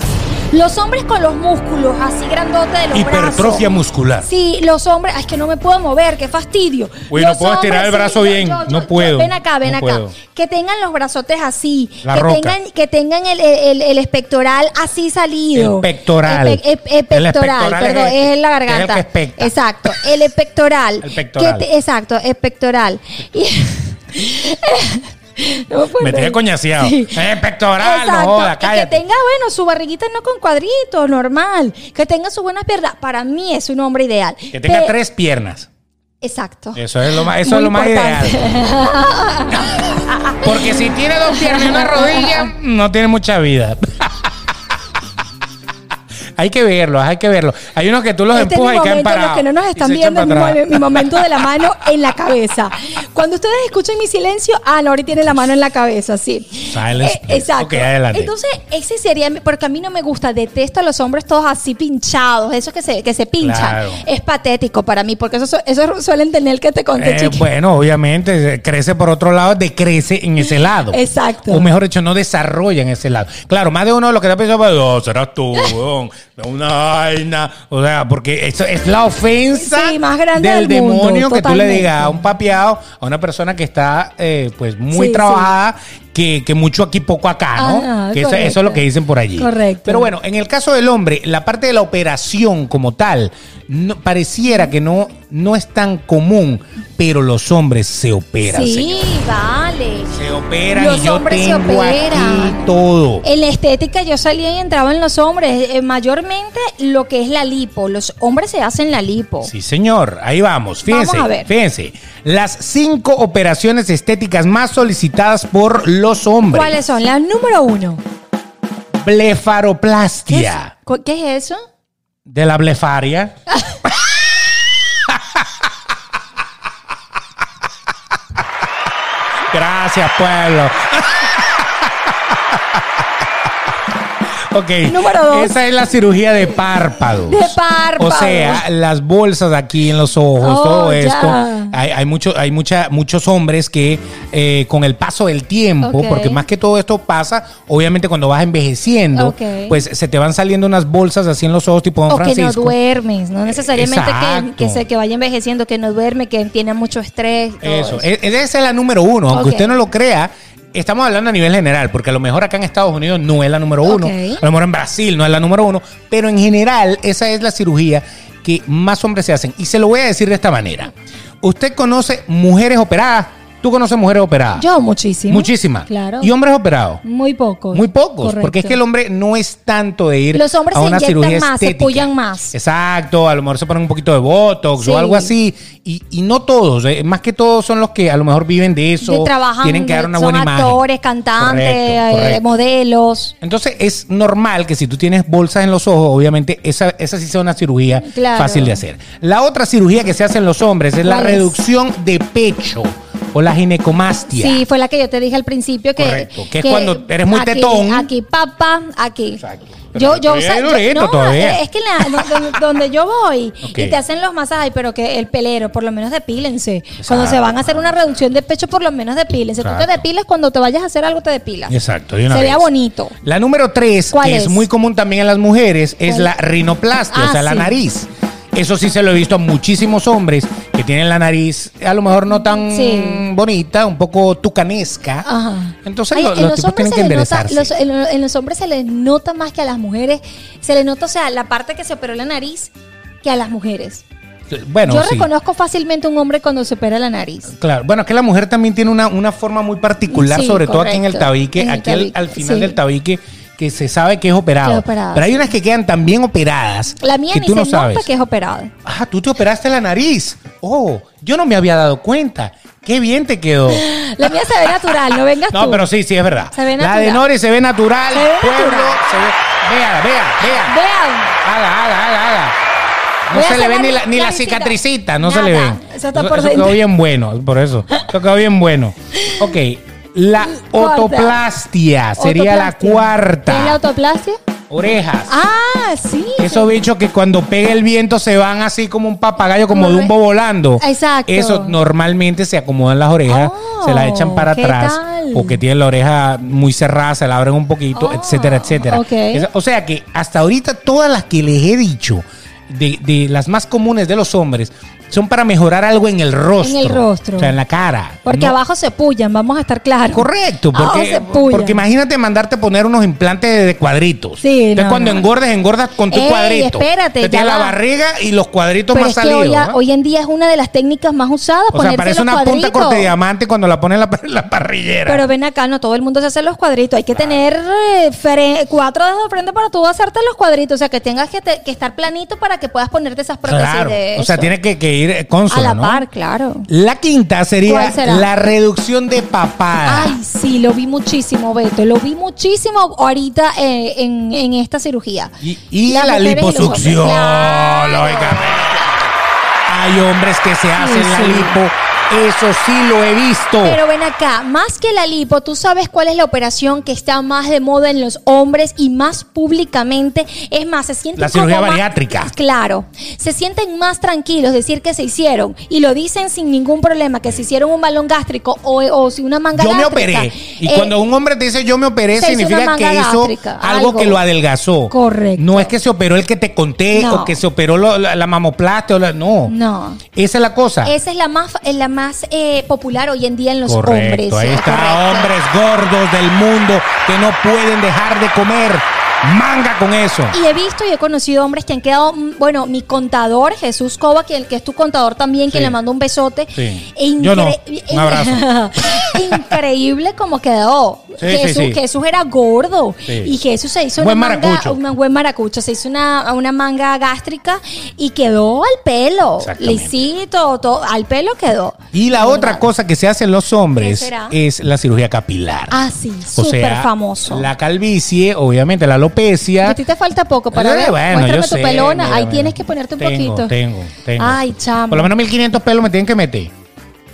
S2: Los hombres con los músculos así grandote de los
S1: Hipertrofia
S2: brazos.
S1: muscular.
S2: Sí, los hombres, ay, es que no me puedo mover, qué fastidio.
S1: Uy, no
S2: Los
S1: puedo
S2: hombres,
S1: estirar el
S2: sí,
S1: brazo bien, no puedo,
S2: Ven acá, ven
S1: no
S2: acá.
S1: puedo.
S2: Que tengan los brazotes así,
S1: La
S2: que
S1: roca.
S2: tengan que tengan el, el, el espectoral así salido.
S1: El pectoral.
S2: El, pe- el- el
S1: El
S2: pectoral,
S1: espectoral
S2: perdón,
S1: es
S2: es,
S1: el-
S2: la
S1: es el que
S2: garganta.
S1: especta.
S2: exacto, el espectoral.
S1: El pectoral.
S2: Que te- exacto, el pectoral. Y- No me puedo
S1: Me tenía
S2: reír.
S1: coñaseado.
S2: Sí.
S1: Eh, pectoral,
S2: Exacto,
S1: no joda,
S2: y que
S1: cállate.
S2: tenga, bueno, su barriguita no con cuadritos, normal. Que tenga sus buenas piernas. Para mí es un hombre ideal.
S1: Que tenga
S2: Pe-
S1: tres piernas.
S2: Exacto.
S1: Eso es lo más, eso
S2: Muy
S1: es lo más ideal.
S2: importante.
S1: Porque si tiene dos piernas y una rodilla, no tiene mucha vida. hay que verlos, hay que verlos. Hay unos que tú los
S2: Este es mi
S1: empujas y caen
S2: momento,
S1: parados.
S2: los que no nos
S1: y
S2: están
S1: se echan
S2: viendo, es mi,
S1: para atrás.
S2: mo- mi momento de la mano en la cabeza. Cuando ustedes escuchen mi silencio, ah, Nori tiene la mano en la cabeza, sí. Eh,
S1: Silence, please.
S2: exacto.
S1: Ok, adelante.
S2: Entonces, ese sería, mi- porque a mí no me gusta, detesto a los hombres todos así pinchados, esos que se, que se pinchan.
S1: Claro.
S2: Es patético para mí, porque eso, su- eso suelen tener que te conté,
S1: Eh,
S2: chiqui.
S1: bueno, obviamente eh, crece por otro lado, decrece en ese lado.
S2: Exacto.
S1: O mejor dicho, no desarrolla en ese lado. Claro, más de uno lo que está pensando, "Oh, serás tú, weón, una vaina. O sea, porque eso es la ofensa
S2: Sí, más grande
S1: del,
S2: del mundo,
S1: demonio que tú le
S2: totalmente.
S1: digas a un papeado, a una persona que está eh, pues muy
S2: Sí,
S1: trabajada, que, que mucho aquí, poco acá, ¿no?
S2: Ajá,
S1: que eso, eso es lo
S2: correcto.
S1: que dicen por allí.
S2: Correcto.
S1: Pero bueno, en el caso del hombre, la parte de la operación como tal, no- pareciera que no, no es tan común, pero los hombres se operan.
S2: sí,
S1: señor.
S2: vale.
S1: Se operan
S2: Los
S1: y yo
S2: hombres se
S1: tengo
S2: operan. Eh.
S1: aquí todo.
S2: En la estética yo salía y entraba en los hombres, eh, mayormente lo que es la lipo. Los hombres se hacen la lipo.
S1: Sí, señor. Ahí vamos. Fíjense.
S2: Vamos a ver.
S1: Fíjense. Las cinco operaciones estéticas más solicitadas por los hombres.
S2: ¿Cuáles son? La número uno. ¿Qué,
S1: Blefaroplastia.
S2: es, cu- qué es eso?
S1: De la blefaria. Gracias, pueblo. ok.
S2: Número dos.
S1: Esa es la cirugía de párpados.
S2: De párpados.
S1: O sea, las bolsas aquí en los ojos,
S2: Oh,
S1: todo
S2: ya.
S1: esto. Hay, hay, mucho- hay mucha, muchos hombres que eh, con el paso del tiempo,
S2: Ok.
S1: porque más que todo esto pasa, obviamente cuando vas envejeciendo,
S2: Ok.
S1: pues se te van saliendo unas bolsas así en los ojos, tipo Don
S2: O que no
S1: Francisco.
S2: duermes, no necesariamente que,
S1: Exacto.
S2: que, se, que vaya envejeciendo, que no duerme, que tiene mucho estrés. todo
S1: Eso, E- esa es la número uno, aunque
S2: Ok.
S1: usted no lo crea. Estamos hablando a nivel general, porque a lo mejor acá en Estados Unidos no es la número uno,
S2: Ok.
S1: a lo mejor en Brasil no es la número uno, pero en general esa es la cirugía que más hombres se hacen. Y se lo voy a decir de esta manera. Usted conoce mujeres operadas, tú conoces mujeres operadas.
S2: Yo muchísimo.
S1: Muchísimas.
S2: Claro.
S1: Y hombres operados.
S2: muy pocos.
S1: Muy pocos,
S2: Correcto.
S1: porque es que el hombre no es tanto de ir
S2: Los hombres
S1: a
S2: se
S1: una
S2: inyectan
S1: cirugía
S2: más, se
S1: estética.
S2: pullan más.
S1: Exacto, a lo mejor se ponen un poquito de botox
S2: Sí.
S1: o algo así. Y, y no todos, eh, más que todos son los que a lo mejor viven de eso.
S2: Que trabajan,
S1: tienen que dar una
S2: son
S1: buena imagen.
S2: actores, cantantes,
S1: Correcto,
S2: eh,
S1: correcto.
S2: modelos.
S1: Entonces es normal que si tú tienes bolsas en los ojos, obviamente esa, esa sí sea una cirugía
S2: Claro.
S1: fácil de hacer. La otra cirugía que se hace en los hombres es la
S2: ¿Cuál es?
S1: reducción de pecho o la ginecomastia.
S2: Sí, fue la que yo te dije al principio que.
S1: Correcto, que es cuando eres muy
S2: aquí,
S1: tetón.
S2: Aquí, papá, aquí.
S1: Exacto.
S2: Yo,
S1: Pero
S2: yo,
S1: todavía hay
S2: yo-
S1: durito todavía.
S2: eh, Es que en la- donde, donde yo voy
S1: Ok.
S2: y te hacen los masajes, pero que el pelero, por lo menos depílense. Cuando se
S1: Exacto.
S2: van a hacer una reducción de pecho, por lo menos depílense. Tú te
S1: Exacto.
S2: depilas cuando te vayas a hacer algo, te depilas.
S1: Exacto, de una
S2: Se vea
S1: vez.
S2: bonito.
S1: La número tres,
S2: ¿Cuál
S1: que es?
S2: es?
S1: muy común también en las mujeres, es
S2: ¿Cuál?
S1: la rinoplastia, o
S2: Ah,
S1: sea, la
S2: sí.
S1: nariz. Eso sí se lo he visto a muchísimos hombres que tienen la nariz a lo mejor no tan
S2: Sí.
S1: bonita, un poco tucanesca.
S2: Ajá.
S1: Entonces
S2: Ay,
S1: lo-
S2: en
S1: los, tipos tienen
S2: hombres se
S1: que
S2: les nota-
S1: enderezarse.
S2: los- en, lo- en los hombres se les nota más que a las mujeres. Se les nota, o sea, la parte que se operó la nariz que a las mujeres.
S1: bueno,
S2: eh, yo
S1: sí.
S2: reconozco fácilmente un hombre cuando se opera la nariz.
S1: Claro, bueno, que la mujer también tiene una, una forma muy particular,
S2: Sí,
S1: sobre todo aquí en el
S2: correcto,
S1: tabique,
S2: en el
S1: aquí al-
S2: tabique,
S1: al final
S2: sí.
S1: del tabique, que que se sabe que es operado.
S2: Que es operado,
S1: Pero hay unas que quedan tan bien operadas
S2: La mía
S1: que
S2: ni
S1: tú
S2: se
S1: no
S2: nota
S1: sabes.
S2: que es operada.
S1: Ah, tú te operaste la nariz. Oh, yo no me había dado cuenta. Qué bien te quedó.
S2: La mía se ve natural, no vengas
S1: No,
S2: tú.
S1: pero sí, sí, es verdad.
S2: Se ve
S1: la de
S2: natural.
S1: Nori se ve natural.
S2: Se ve
S1: Pueblo,
S2: natural.
S1: se ve. Vea, vea, vea.
S2: Vean.
S1: Haga, haga, haga, haga. No
S2: Voy a
S1: se le
S2: hacer
S1: ve
S2: la
S1: ni la,
S2: nariz
S1: ni la
S2: claricita.
S1: cicatricita, no se
S2: Nada,
S1: le ven.
S2: eso está por
S1: quedó
S2: dentro.
S1: bien bueno, por eso. Eso quedó bien bueno. Ok, la
S2: Cuarta.
S1: otoplastia sería la
S2: Autoplastia. ¿Qué es la
S1: cuarta.
S2: autoplastia?
S1: Orejas.
S2: Ah, sí.
S1: Esos bichos que cuando pega el viento se van así como un papagayo, como
S2: Como
S1: de un
S2: re-
S1: bo volando.
S2: Exacto.
S1: Eso normalmente se acomodan las orejas,
S2: Oh,
S1: se las echan para
S2: ¿qué
S1: atrás.
S2: tal?
S1: Porque tienen la oreja muy cerrada, se la abren un poquito,
S2: Oh,
S1: etcétera, etcétera.
S2: ok.
S1: Esa- o sea que hasta ahorita todas las que les he dicho, de, de las más comunes de los hombres, son para mejorar algo en el rostro.
S2: En el rostro.
S1: O sea, en la cara. No-
S2: Porque abajo se pullan, vamos a estar claros.
S1: Correcto,
S2: Abajo
S1: porque,
S2: se pullan.
S1: porque imagínate mandarte poner unos implantes de cuadritos.
S2: Sí,
S1: Entonces
S2: no,
S1: cuando
S2: no.
S1: engordas, engordas con tu
S2: Ey,
S1: cuadrito.
S2: espérate,
S1: Te
S2: ya
S1: tienes la
S2: va.
S1: barriga y los cuadritos
S2: Pero
S1: más
S2: es que hoy,
S1: salidos.
S2: a-
S1: ¿ah?
S2: hoy en día es una de las técnicas más usadas
S1: o sea,
S2: ponerse
S1: parece
S2: los
S1: una punta
S2: cuadritos.
S1: corte de diamante cuando la pones en la, en la parrillera.
S2: pero ven acá, no todo el mundo se hace los cuadritos. Hay que tener eh, fre- cuatro dedos de frente para tú hacerte los cuadritos. O sea, que tengas que, te- que estar planito para que puedas ponerte esas prótesis
S1: claro.
S2: de
S1: O sea,
S2: eso.
S1: tiene que, que ir eh, cónsono,
S2: A la
S1: ¿no?
S2: par, claro.
S1: La quinta sería
S2: ¿Cuál será?
S1: la reducción de papada.
S2: Ay, sí, lo vi muchísimo, Beto. Lo vi muchísimo ahorita eh, en, en esta cirugía.
S1: Y, y
S2: Las
S1: la
S2: mujeres y los
S1: liposucción,
S2: hombres. Claro.
S1: lógicamente. Hay hombres que se hacen la
S2: sí.
S1: lipo. Eso sí lo he visto.
S2: Pero ven acá, más que la lipo, ¿tú sabes cuál es la operación que está más de moda en los hombres y más públicamente? Es más, se sienten
S1: La cirugía
S2: como más-
S1: bariátrica.
S2: Claro, se sienten más tranquilos decir que se hicieron y lo dicen sin ningún problema, que se hicieron un balón gástrico o, o si una manga
S1: yo me
S2: gástrica.
S1: operé. Y
S2: Eh,
S1: cuando un hombre te dice yo me operé,
S2: se hizo
S1: significa
S2: una
S1: que
S2: manga
S1: hizo
S2: gástrica,
S1: algo,
S2: algo.
S1: que lo adelgazó.
S2: Correcto.
S1: No es que se operó el que te conté
S2: No.
S1: o que se operó lo- la, la mamoplastia. O la- no.
S2: No.
S1: Esa es la cosa.
S2: Esa es la más, es la más eh, popular hoy en día en los hombres.
S1: Correcto. Ahí
S2: eh,
S1: está.
S2: correcto.
S1: Hombres gordos del mundo que no pueden dejar de comer. Manga con eso.
S2: Y he visto y he conocido hombres que han quedado, mm, bueno, mi contador, Jesús Cova, que, que es tu contador también, que
S1: Sí.
S2: le mando un besote.
S1: Sí.
S2: E
S1: Yo no.
S2: incre-
S1: Un abrazo.
S2: Increíble como quedó.
S1: Sí,
S2: Jesús,
S1: sí, sí.
S2: Jesús era gordo
S1: Sí.
S2: y Jesús se hizo
S1: Buen
S2: una manga,
S1: maracucho.
S2: un buen maracucho, se hizo una, una manga gástrica y quedó al pelo,
S1: Exactamente.
S2: lisito, todo, al pelo quedó.
S1: Y la otra cosa que se hacen los
S2: ¿Qué
S1: hombres
S2: será?
S1: es la cirugía capilar.
S2: Ah, sí,
S1: O sea,
S2: súper famoso.
S1: La calvicie, obviamente, la alopecia.
S2: Y A ti te falta poco para
S1: Eh,
S2: ver.
S1: bueno,
S2: Muéstrame
S1: yo
S2: tu
S1: sé,
S2: pelona.
S1: mira,
S2: Ahí
S1: mira.
S2: tienes que ponerte un
S1: Tengo,
S2: poquito.
S1: Tengo, tengo.
S2: Ay, chamo.
S1: Por lo menos 1500 pelos me tienen que meter.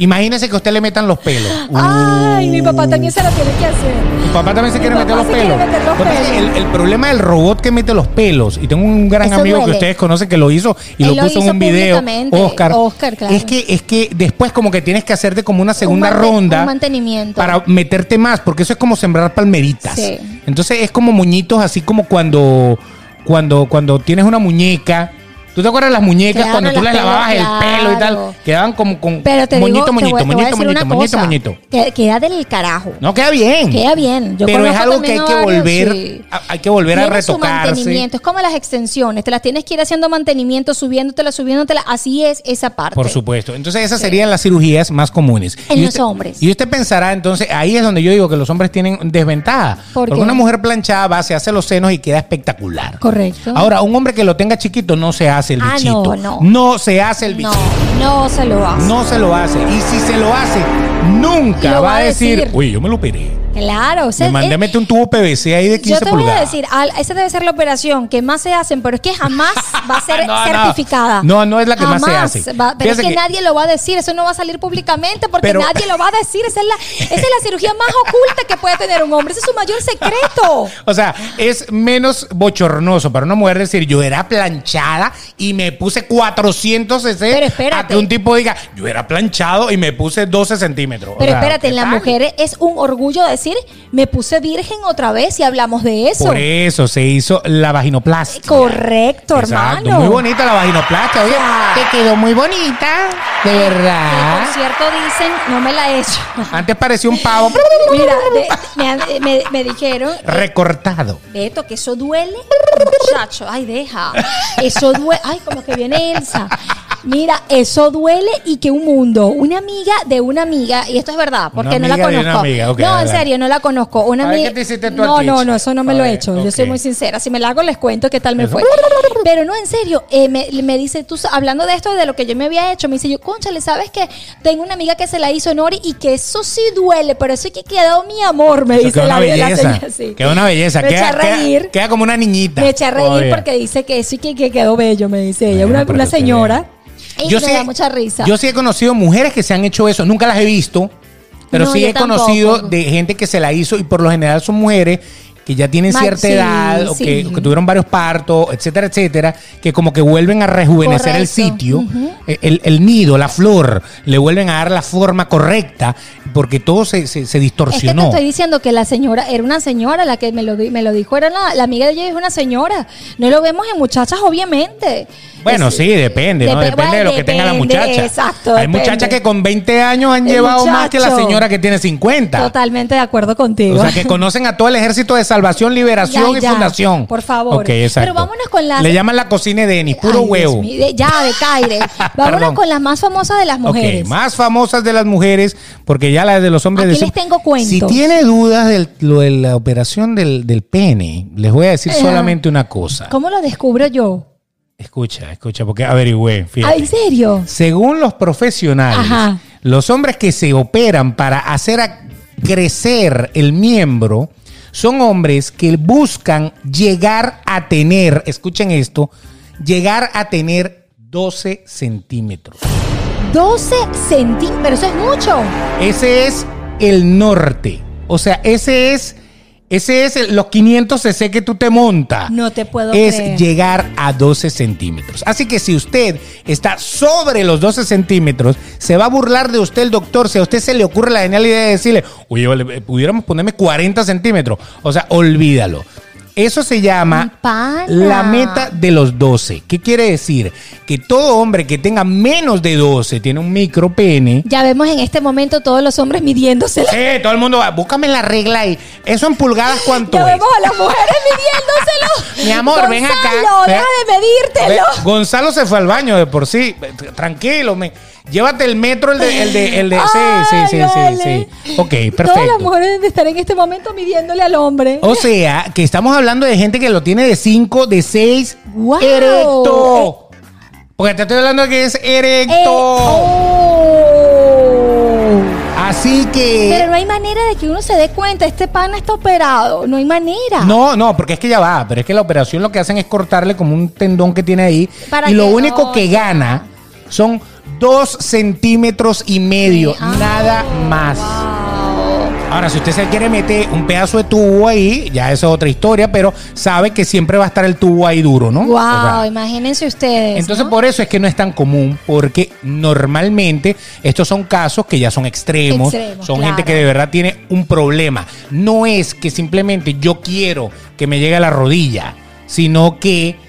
S1: Imagínense que a usted le metan los pelos.
S2: Ay,
S1: Uh.
S2: mi papá también se la tiene que hacer.
S1: Mi papá también se
S2: Mi
S1: quiere meter
S2: papá
S1: los
S2: se quiere
S1: pelos.
S2: meter los
S1: Lo que pasa es que
S2: pelos.
S1: El, el problema del robot que mete los pelos, y tengo un gran
S2: Eso
S1: amigo que
S2: duele.
S1: ustedes conocen que lo hizo y
S2: Él
S1: lo
S2: lo
S1: puso en
S2: hizo
S1: un video,
S2: públicamente.
S1: Oscar.
S2: Oscar, claro.
S1: Es que es que después como que tienes que hacerte como una segunda
S2: manten-
S1: ronda
S2: un mantenimiento.
S1: para meterte más, porque eso es como sembrar palmeritas.
S2: Sí.
S1: Entonces es como muñitos así como cuando cuando cuando tienes una muñeca ¿Tú te acuerdas de las muñecas
S2: Claro,
S1: cuando tú
S2: las
S1: les lavabas
S2: pelos,
S1: el pelo y
S2: claro.
S1: tal? Quedaban como con
S2: Pero te
S1: moñito, moñito,
S2: digo, te voy, te
S1: moñito,
S2: voy a decir
S1: moñito,
S2: una
S1: moñito,
S2: cosa.
S1: moñito.
S2: Que- Queda del carajo.
S1: No queda bien.
S2: Queda bien. Yo
S1: pero es
S2: conozco
S1: algo que hay
S2: también
S1: que
S2: a varios,
S1: volver,
S2: sí.
S1: a- hay que volver a
S2: Tiene su
S1: retocarse.
S2: mantenimiento. Es como las extensiones. Te las tienes que ir haciendo mantenimiento, subiéndotela, subiéndotela. Así es esa parte.
S1: Por supuesto. Entonces esas serían las cirugías más comunes.
S2: En
S1: Y
S2: los hombres.
S1: Y usted pensará, entonces, ahí es donde yo digo que los hombres tienen desventaja.
S2: ¿Por
S1: porque
S2: qué?
S1: una mujer planchada va, se hace los senos y queda espectacular.
S2: Correcto.
S1: Ahora, un hombre que lo tenga chiquito no se hace el
S2: Ah, no,
S1: bichito.
S2: no.
S1: se hace el
S2: no,
S1: bichito.
S2: no se lo hace.
S1: No. se lo hace. Y si se lo hace, nunca
S2: Lo
S1: va a decir, uy, yo me lo operé.
S2: Claro, o sea,
S1: me mandé a
S2: es-
S1: meter un tubo PVC ahí de 15
S2: Yo te voy a
S1: pulgadas.
S2: decir, al- esa debe ser la operación que más se hacen, pero es que jamás va a ser
S1: No, no.
S2: certificada.
S1: No, no es la que más se
S2: Jamás
S1: hace.
S2: va- pero es
S1: Fíjate
S2: que,
S1: que-
S2: nadie lo va a decir, eso no va a salir públicamente porque
S1: Pero-
S2: nadie lo va a decir. Esa es, la, esa es la cirugía más oculta que puede tener un hombre, ese es su mayor secreto.
S1: O sea, es menos bochornoso para una mujer decir, yo era planchada y me puse 400
S2: Pero
S1: cc
S2: espérate.
S1: a que un tipo diga, yo era planchado y me puse 12 centímetros. O
S2: Pero
S1: sea,
S2: espérate,
S1: ¿qué
S2: en las
S1: tal?
S2: mujeres es un orgullo decir, me puse virgen otra vez y hablamos de eso. Eh,
S1: Por eso se hizo la vaginoplastia.
S2: Correcto,
S1: Exacto,
S2: hermano.
S1: Muy bonita la vaginoplastia. Oye,
S2: Ya.
S1: te quedó muy bonita, de
S2: En el
S1: verdad.
S2: concierto dicen, no me la he hecho.
S1: Antes parecía un pavo
S2: Mira, de- me han- eh, me- me dijeron,
S1: recortado.
S2: Beto, que eso duele, muchacho. Ay, deja. Eso duele. Ay, como que viene Elsa. Mira, eso duele y que un mundo, una amiga de una amiga, y esto es verdad, porque
S1: Una
S2: no la
S1: amiga de una
S2: conozco.
S1: amiga, ok,
S2: no, en
S1: adelante.
S2: serio, no la conozco. Una
S1: A ver,
S2: ami-
S1: ¿qué te hiciste tú
S2: No,
S1: aquí,
S2: no,
S1: chica?
S2: no, eso no me
S1: A
S2: lo he
S1: ver,
S2: hecho.
S1: ok.
S2: Yo soy muy sincera. Si me la hago, les cuento qué tal me
S1: Eso.
S2: fue. Pero no, en serio, eh, me, me dice, tú sa- hablando de esto, de lo que yo me había hecho, me dice yo, conchale, ¿sabes que Tengo una amiga que se la hizo Nori y que eso sí duele, pero eso es que quedó mi amor, me
S1: Eso
S2: dice
S1: queda
S2: la
S1: una
S2: la
S1: belleza.
S2: señora, sí.
S1: Queda una belleza.
S2: Me echa
S1: Queda,
S2: a
S1: queda-
S2: reír.
S1: queda como una niñita.
S2: Me eché a reír
S1: Todavía.
S2: porque dice que eso y que, que quedó bello, me dice ella.
S1: Bueno,
S2: Una,
S1: pero
S2: una
S1: está bien.
S2: señora. Y
S1: Yo
S2: me
S1: sí-
S2: da mucha risa.
S1: Yo sí he conocido mujeres que se han hecho eso, nunca las he visto, pero
S2: No,
S1: sí
S2: yo
S1: he conocido
S2: tampoco.
S1: de gente que se la hizo y por lo general son mujeres que ya tienen
S2: Ma-
S1: cierta
S2: sí,
S1: edad o,
S2: sí.
S1: que, o que tuvieron varios partos, etcétera, etcétera, que como que vuelven a rejuvenecer el
S2: Correcto.
S1: sitio, eh, el, el nido, la flor, le vuelven a dar la forma correcta porque todo se, se- se
S2: es que te
S1: distorsionó.
S2: estoy diciendo que la señora era una señora, la que me lo, di- me lo dijo, era la, la amiga de ella es una señora. No lo vemos en muchachas, obviamente.
S1: bueno,
S2: Es-
S1: sí, depende, ¿no?
S2: Depe-
S1: Depende de lo que tenga la
S2: depende,
S1: muchacha.
S2: Exacto.
S1: Hay
S2: depende.
S1: muchachas que con 20 años han
S2: El
S1: llevado más que la
S2: muchacho.
S1: señora que tiene 50.
S2: Totalmente de acuerdo contigo.
S1: O sea, que conocen a todo el ejército de salvación, liberación
S2: Ya,
S1: y
S2: ya.
S1: fundación.
S2: Por favor.
S1: Ok, exacto.
S2: Pero vámonos con las-
S1: Le llaman la cocina de Denis, puro
S2: Ay, Dios
S1: huevo.
S2: mío, de- ya, de Caire. Vámonos
S1: Perdón.
S2: con las más famosas de las mujeres.
S1: Ok, más famosas de las mujeres, porque ya las de los hombres...
S2: Aquí
S1: decimos-
S2: les tengo cuentos.
S1: Si tiene dudas del- lo de la operación del, del pene, les voy a decir
S2: Ajá.
S1: solamente una cosa.
S2: ¿Cómo lo descubro yo?
S1: Escucha, escucha, porque averigüé,
S2: Ah,
S1: fíjate.
S2: ¿En serio?
S1: Según los profesionales,
S2: Ajá.
S1: los hombres que se operan para hacer a- crecer el miembro son hombres que buscan llegar a tener, escuchen esto, llegar a tener 12 centímetros.
S2: 12 centímetros, pero eso es mucho.
S1: Ese es el norte. O sea, ese es, ese es el- los 500 cc que tú te montas.
S2: No te puedo
S1: Es
S2: creer.
S1: llegar a 12 centímetros. Así que si usted está sobre los 12 centímetros, se va a burlar de usted el doctor. Si a usted se le ocurre la genial idea de decirle, oye, vale, eh, pudiéramos ponerme 40 centímetros. O sea, olvídalo. Eso se llama
S2: Mi pana.
S1: la meta de los 12. ¿Qué quiere decir? Que todo hombre que tenga menos de 12, tiene un micro pene,
S2: Ya vemos en este momento todos los hombres midiéndose. la-
S1: Sí, todo el mundo va, búscame la regla ahí. Eso en pulgadas cuánto
S2: Ya
S1: es.
S2: vemos a las mujeres midiéndoselo.
S1: Mi amor, ven acá.
S2: Gonzalo,
S1: Ven.
S2: deja de medírtelo.
S1: Ve, Gonzalo se fue al baño de por sí. Tranquilo, me- llévate el metro, el de, el de, el de- sí, sí,
S2: Ay,
S1: sí, sí,
S2: vale.
S1: sí. Ok,
S2: Todas las
S1: perfecto.
S2: mujeres deben de estar en este momento midiéndole al hombre.
S1: O sea, que estamos hablando de gente que lo tiene de 5, de 6,
S2: Wow.
S1: erecto. Porque te estoy hablando que es
S2: Eh,
S1: erecto.
S2: oh.
S1: Así que.
S2: Pero no hay manera de que uno se dé cuenta, este pana está operado, no hay manera.
S1: No, no, porque es que ya va, pero es que la operación lo que hacen es cortarle como un tendón que tiene ahí.
S2: Para
S1: y lo
S2: que
S1: único
S2: no,
S1: que
S2: ya.
S1: gana son dos centímetros y medio,
S2: Ah,
S1: nada más.
S2: wow.
S1: Ahora, si usted se quiere meter un pedazo de tubo ahí, ya eso es otra historia, pero sabe que siempre va a estar el tubo ahí duro, ¿no?
S2: Wow,
S1: O sea,
S2: imagínense ustedes.
S1: entonces
S2: ¿no?
S1: por eso es que no es tan común, porque normalmente estos son casos que ya son extremos,
S2: Extremos,
S1: son gente
S2: claro.
S1: que de verdad tiene un problema. No es que simplemente yo quiero que me llegue a la rodilla, sino que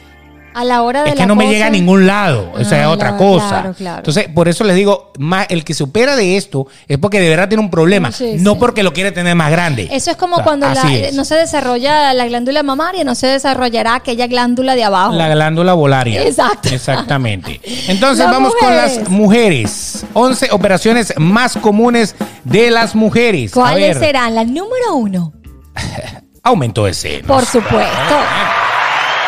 S2: a la hora de
S1: es que
S2: la
S1: no me
S2: cosa-
S1: llega a ningún lado, o sea, es
S2: Ah,
S1: otra
S2: no,
S1: cosa.
S2: claro, claro.
S1: Entonces, por eso les digo, más el que se opera de esto es porque de verdad tiene un problema,
S2: Sí,
S1: no
S2: sí.
S1: porque lo quiere tener más grande.
S2: Eso es como
S1: O sea,
S2: cuando la-
S1: así es.
S2: no se desarrolla la glándula mamaria, no se desarrollará aquella glándula de abajo.
S1: La glándula volaria.
S2: Exacto.
S1: Exactamente. Entonces
S2: Las
S1: vamos con las mujeres. 11 operaciones más comunes de las mujeres. A
S2: ¿Cuáles
S1: ver,
S2: serán? La número uno,
S1: Aumento de senos. Ah,
S2: por supuesto.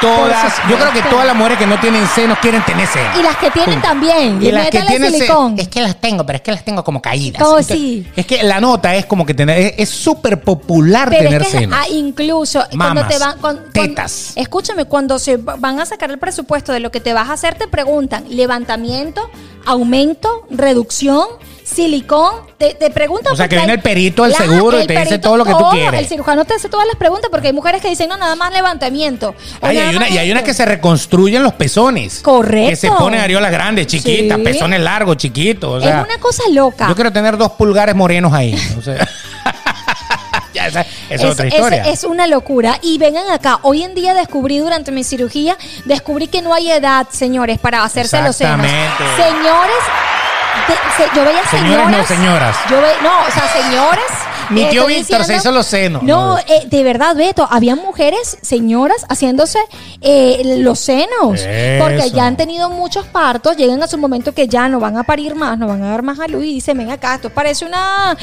S1: todas,
S2: por
S1: yo creo que
S2: supuesto.
S1: todas las mujeres que no tienen senos quieren tener senos.
S2: Y las que tienen
S1: Punto.
S2: también.
S1: Y
S2: Y
S1: las que
S2: métale
S1: tienen
S2: silicón.
S1: senos. Es que las tengo, pero es que las tengo como caídas.
S2: Oh,
S1: Entonces,
S2: sí.
S1: Es que la nota es como que tener, es- es súper popular
S2: Pero
S1: tener
S2: es que
S1: senos.
S2: ah, incluso
S1: Mamas,
S2: cuando te van con, con-
S1: tetas.
S2: escúchame, cuando se va- van a sacar el presupuesto de lo que te vas a hacer, te preguntan levantamiento, aumento, reducción, silicón. Te, te preguntan.
S1: O sea, que
S2: porque
S1: viene
S2: hay-
S1: el perito, el seguro, y te dice todo lo que tú quieres.
S2: El cirujano te hace todas las preguntas porque hay mujeres que dicen, no, nada más levantamiento. o
S1: Ay,
S2: nada
S1: hay una-
S2: más
S1: y hay una
S2: esto".
S1: que se reconstruyen los pezones.
S2: Correcto.
S1: Que se ponen areolas grandes, chiquitas,
S2: Sí.
S1: pezones largos, chiquitos. o sea,
S2: es una cosa loca.
S1: Yo quiero tener dos pulgares morenos ahí. O sea, ya, esa, esa es, otra
S2: es-
S1: historia.
S2: es una locura. Y vengan acá, hoy en día descubrí durante mi cirugía, descubrí que no hay edad, señores, para hacerse los senos.
S1: Exactamente.
S2: Señores, te- se- yo veía
S1: Señores,
S2: señoras.
S1: no, señoras.
S2: Yo ve- no, o sea, señores
S1: Mi
S2: Te
S1: tío
S2: estoy
S1: Víctor se
S2: diciendo-
S1: hizo los senos.
S2: No,
S1: No.
S2: eh, de verdad, Beto, había mujeres, señoras, haciéndose eh, los senos.
S1: Eso.
S2: Porque ya han tenido muchos partos, llegan a su momento que ya no van a parir más, no van a dar más a luz y dicen, ven acá, esto parece una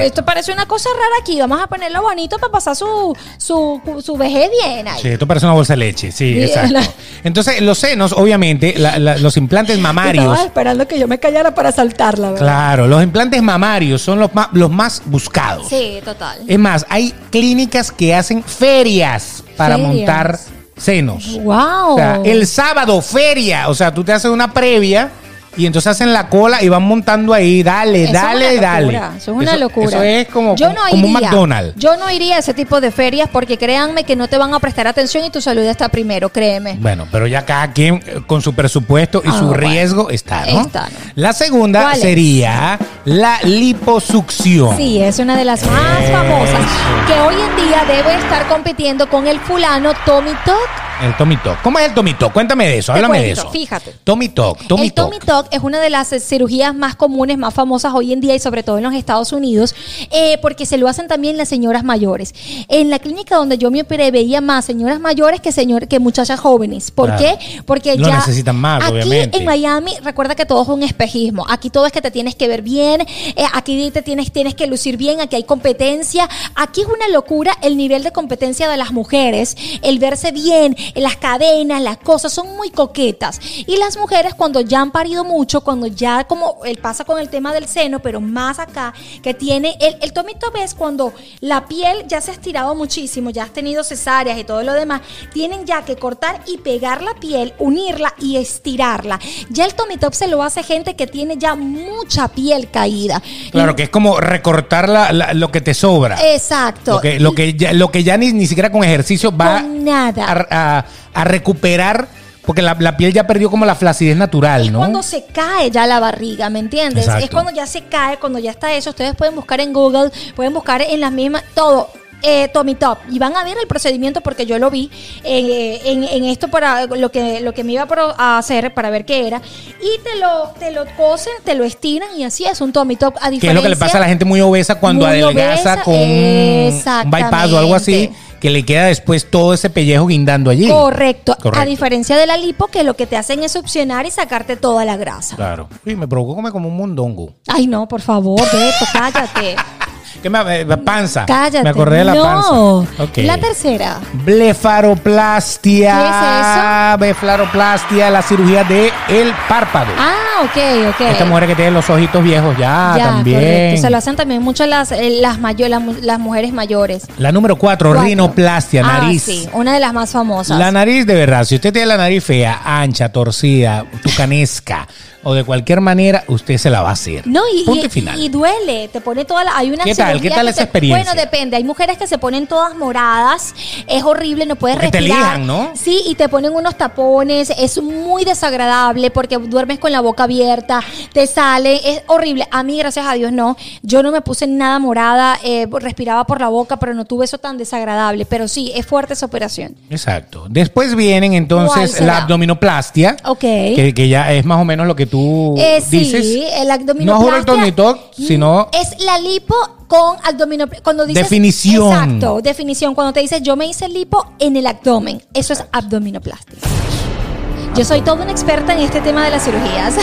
S2: esto parece una cosa rara aquí, vamos a ponerlo bonito para pasar su, su, su vejez bien ahí.
S1: Sí, esto parece una bolsa de leche, sí,
S2: Bien.
S1: exacto. Entonces, los senos, obviamente, la- la- los implantes mamarios.
S2: Estaba esperando que yo me callara para saltarla, ¿verdad?
S1: Claro, los implantes mamarios son los más, los más buscados.
S2: Sí, total.
S1: Es más, hay clínicas que hacen ferias para
S2: Ferias.
S1: montar senos.
S2: Wow.
S1: O sea, el sábado, feria. O sea, tú te haces una previa y entonces hacen la cola y van montando ahí. Dale,
S2: Eso es
S1: dale,
S2: una
S1: dale.
S2: locura, Eso es una
S1: Eso-
S2: locura.
S1: Eso es como,
S2: Yo no
S1: como un
S2: iría.
S1: McDonald's.
S2: Yo no iría a ese tipo de ferias porque créanme que no te van a prestar atención y tu salud está primero, créeme.
S1: Bueno, pero ya cada quien eh, con su presupuesto y
S2: Ah,
S1: su
S2: bueno.
S1: riesgo está, ¿no?
S2: Está, ¿no?
S1: La segunda
S2: ¿Cuál es?
S1: sería la liposucción.
S2: Sí, es una de las más
S1: Eso.
S2: famosas que hoy en día debe estar compitiendo con el fulano Tommy Todd.
S1: El Tommy Talk. ¿Cómo es el Tommy Talk? Cuéntame de eso,
S2: Te
S1: háblame de
S2: cuento,
S1: eso.
S2: fíjate.
S1: Tommy Talk, Tommy
S2: el Tommy
S1: Talk.
S2: Tuck es una de las eh, cirugías más comunes, más famosas hoy en día y sobre todo en los Estados Unidos, eh, porque se lo hacen también las señoras mayores. En la clínica donde yo me operé veía más señoras mayores que señor, que muchachas jóvenes. ¿Por
S1: Claro.
S2: qué? Porque
S1: Lo
S2: ya
S1: necesitan más,
S2: aquí
S1: obviamente.
S2: en Miami recuerda que todo es un espejismo. Aquí todo es que te tienes que ver bien, eh, aquí te tienes tienes que lucir bien, aquí hay competencia. Aquí es una locura el nivel de competencia de las mujeres, el verse bien, las cadenas, las cosas son muy coquetas. Y las mujeres cuando ya han parido mucho, cuando ya como él pasa con el tema del seno, pero más acá que tiene el, el tummy tuck es cuando la piel ya se ha estirado muchísimo, ya has tenido cesáreas y todo lo demás, tienen ya que cortar y pegar la piel, unirla y estirarla. Ya el tummy tuck se lo hace gente que tiene ya mucha piel caída.
S1: Claro, que es como recortar la- la- lo que te sobra.
S2: Exacto.
S1: Lo que, lo que ya, lo que ya ni, ni siquiera con ejercicio va
S2: Con nada.
S1: A, a- a recuperar, porque la, la piel ya perdió como la flacidez natural, ¿no?
S2: cuando se cae ya la barriga, ¿me entiendes?
S1: Exacto.
S2: Es cuando ya se cae, cuando ya está eso. Ustedes pueden buscar en Google, pueden buscar en las mismas, todo. Eh, Tommy Top y van a ver el procedimiento porque yo lo vi eh, en, en esto para lo que lo que me iba a pro- a hacer para ver qué era y te lo te lo cosen te lo estiran y así es un Tommy Top a
S1: que es lo que le pasa a la gente muy obesa cuando
S2: Muy
S1: adelgaza
S2: obesa,
S1: con un- un
S2: exactamente.
S1: bypass o algo así, que le queda después todo ese pellejo guindando allí.
S2: correcto, a
S1: Correcto.
S2: diferencia de la lipo que lo que te hacen es succionar y sacarte toda la grasa
S1: Claro. Uy, me provocó comer como un mondongo.
S2: ay no por favor Beto cállate
S1: ¿Qué me, eh, la panza?
S2: Cállate.
S1: Me acordé de la
S2: no.
S1: panza. Ok.
S2: La tercera.
S1: Blefaroplastia. Blefaroplastia, la cirugía de el párpado.
S2: Ah, ok, ok.
S1: Esta mujer que tiene los ojitos viejos ya,
S2: Ya,
S1: también.
S2: correcto. Se lo hacen también mucho las, eh, las, mayo- las, mu- las mujeres mayores.
S1: La número cuatro,
S2: Cuatro.
S1: rinoplastia,
S2: Ah,
S1: nariz.
S2: sí, una de las más famosas.
S1: La nariz de verdad, si usted tiene la nariz fea, ancha, torcida, tucanesca o de cualquier manera, usted se la va a hacer.
S2: No, y,
S1: Punto
S2: y-
S1: y final.
S2: y duele, te pone toda la... Hay una
S1: ¿Qué tal?
S2: cirugía
S1: ¿Qué tal
S2: que
S1: esa
S2: te-
S1: experiencia?
S2: Bueno, depende. Hay mujeres que se ponen todas moradas, es horrible, no puedes
S1: Porque te
S2: respirar.
S1: ligan, ¿no?
S2: Sí, y te ponen unos tapones, es muy desagradable porque duermes con la boca abierta, te sale, es horrible. A mí, gracias a Dios, no. Yo no me puse nada morada, eh, respiraba por la boca, pero no tuve eso tan desagradable. Pero sí, es fuerte esa operación.
S1: Exacto. Después vienen
S2: ¿Cuál
S1: entonces
S2: será?
S1: la abdominoplastia.
S2: Ok.
S1: Que, que ya es más o menos lo que tú
S2: Eh,
S1: dices.
S2: sí, el
S1: No
S2: abdominoplastia. Mm,
S1: es ortonitok, sino
S2: Es la lipo con abdominoplastia. Cuando dices,
S1: Definición.
S2: Exacto, definición. Cuando te dices, yo me hice lipo en el abdomen. Eso es abdominoplastia. Yo soy toda una experta en este tema de las cirugías.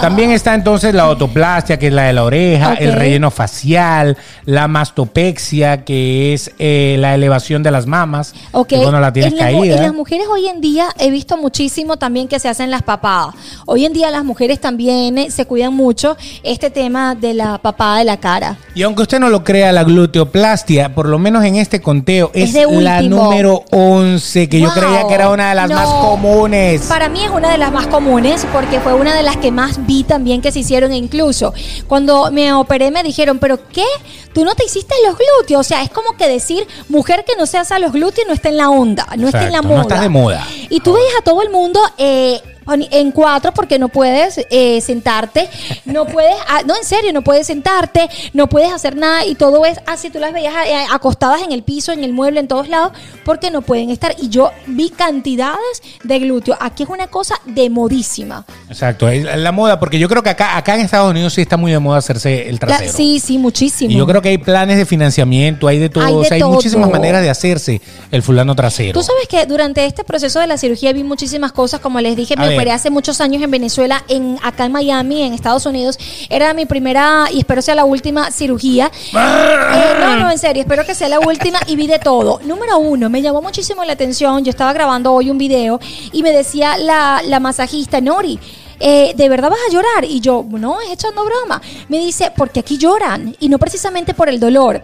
S1: También está entonces la otoplastia, que es la de la oreja,
S2: Ok.
S1: el relleno facial, la mastopexia, que es eh, la elevación de las mamas,
S2: Ok.
S1: que cuando la tienes
S2: en, las mu-
S1: caída.
S2: en las mujeres hoy en día he visto muchísimo también que se hacen las papadas. Hoy en día las mujeres también eh, se cuidan mucho este tema de la papada de la cara.
S1: y aunque usted no lo crea, la gluteoplastia, por lo menos en este conteo,
S2: Es
S1: es,
S2: de
S1: la
S2: último.
S1: número 11, que yo
S2: Wow.
S1: creía que era una de las
S2: No.
S1: más comunes.
S2: Para mí es una de las más comunes porque fue una de las que más vi también que se hicieron e incluso cuando me operé me dijeron, pero ¿qué? ¿Tú no te hiciste los glúteos? O sea, es como que decir, mujer que no se hace a los glúteos no está en la onda, no está en la
S1: Exacto,
S2: moda.
S1: no está de moda.
S2: Y tú veías a todo el mundo... eh, poni- en cuatro porque no puedes eh, sentarte, no puedes, ah, no en serio, no puedes sentarte, no puedes hacer nada y todo es así, tú las veías eh, acostadas en el piso, en el mueble, en todos lados, porque no pueden estar. Y yo vi cantidades de glúteo. Aquí es una cosa de modísima.
S1: Exacto, es la moda, porque yo creo que acá, acá en Estados Unidos sí está muy de moda hacerse el
S2: La-
S1: trasero.
S2: sí, sí, muchísimo.
S1: Y yo creo que hay planes de financiamiento, hay de todo,
S2: Hay de
S1: o sea, hay
S2: todo.
S1: muchísimas maneras de hacerse el fulano trasero.
S2: Tú sabes que durante este proceso de la cirugía vi muchísimas cosas, como les dije,
S1: A
S2: me
S1: ver.
S2: operé hace muchos años en Venezuela, en acá en Miami, en Estados Unidos. Era mi primera y espero sea la última cirugía.
S1: Ah,
S2: Eh, no, no, en serio, espero que sea la última y vi de todo. Número uno, me llamó muchísimo la atención, yo estaba grabando hoy un video y me decía la, la masajista, Nori. eh, ¿De verdad vas a llorar? Y yo, no, es echando broma. Me dice, porque aquí lloran y no precisamente por el dolor.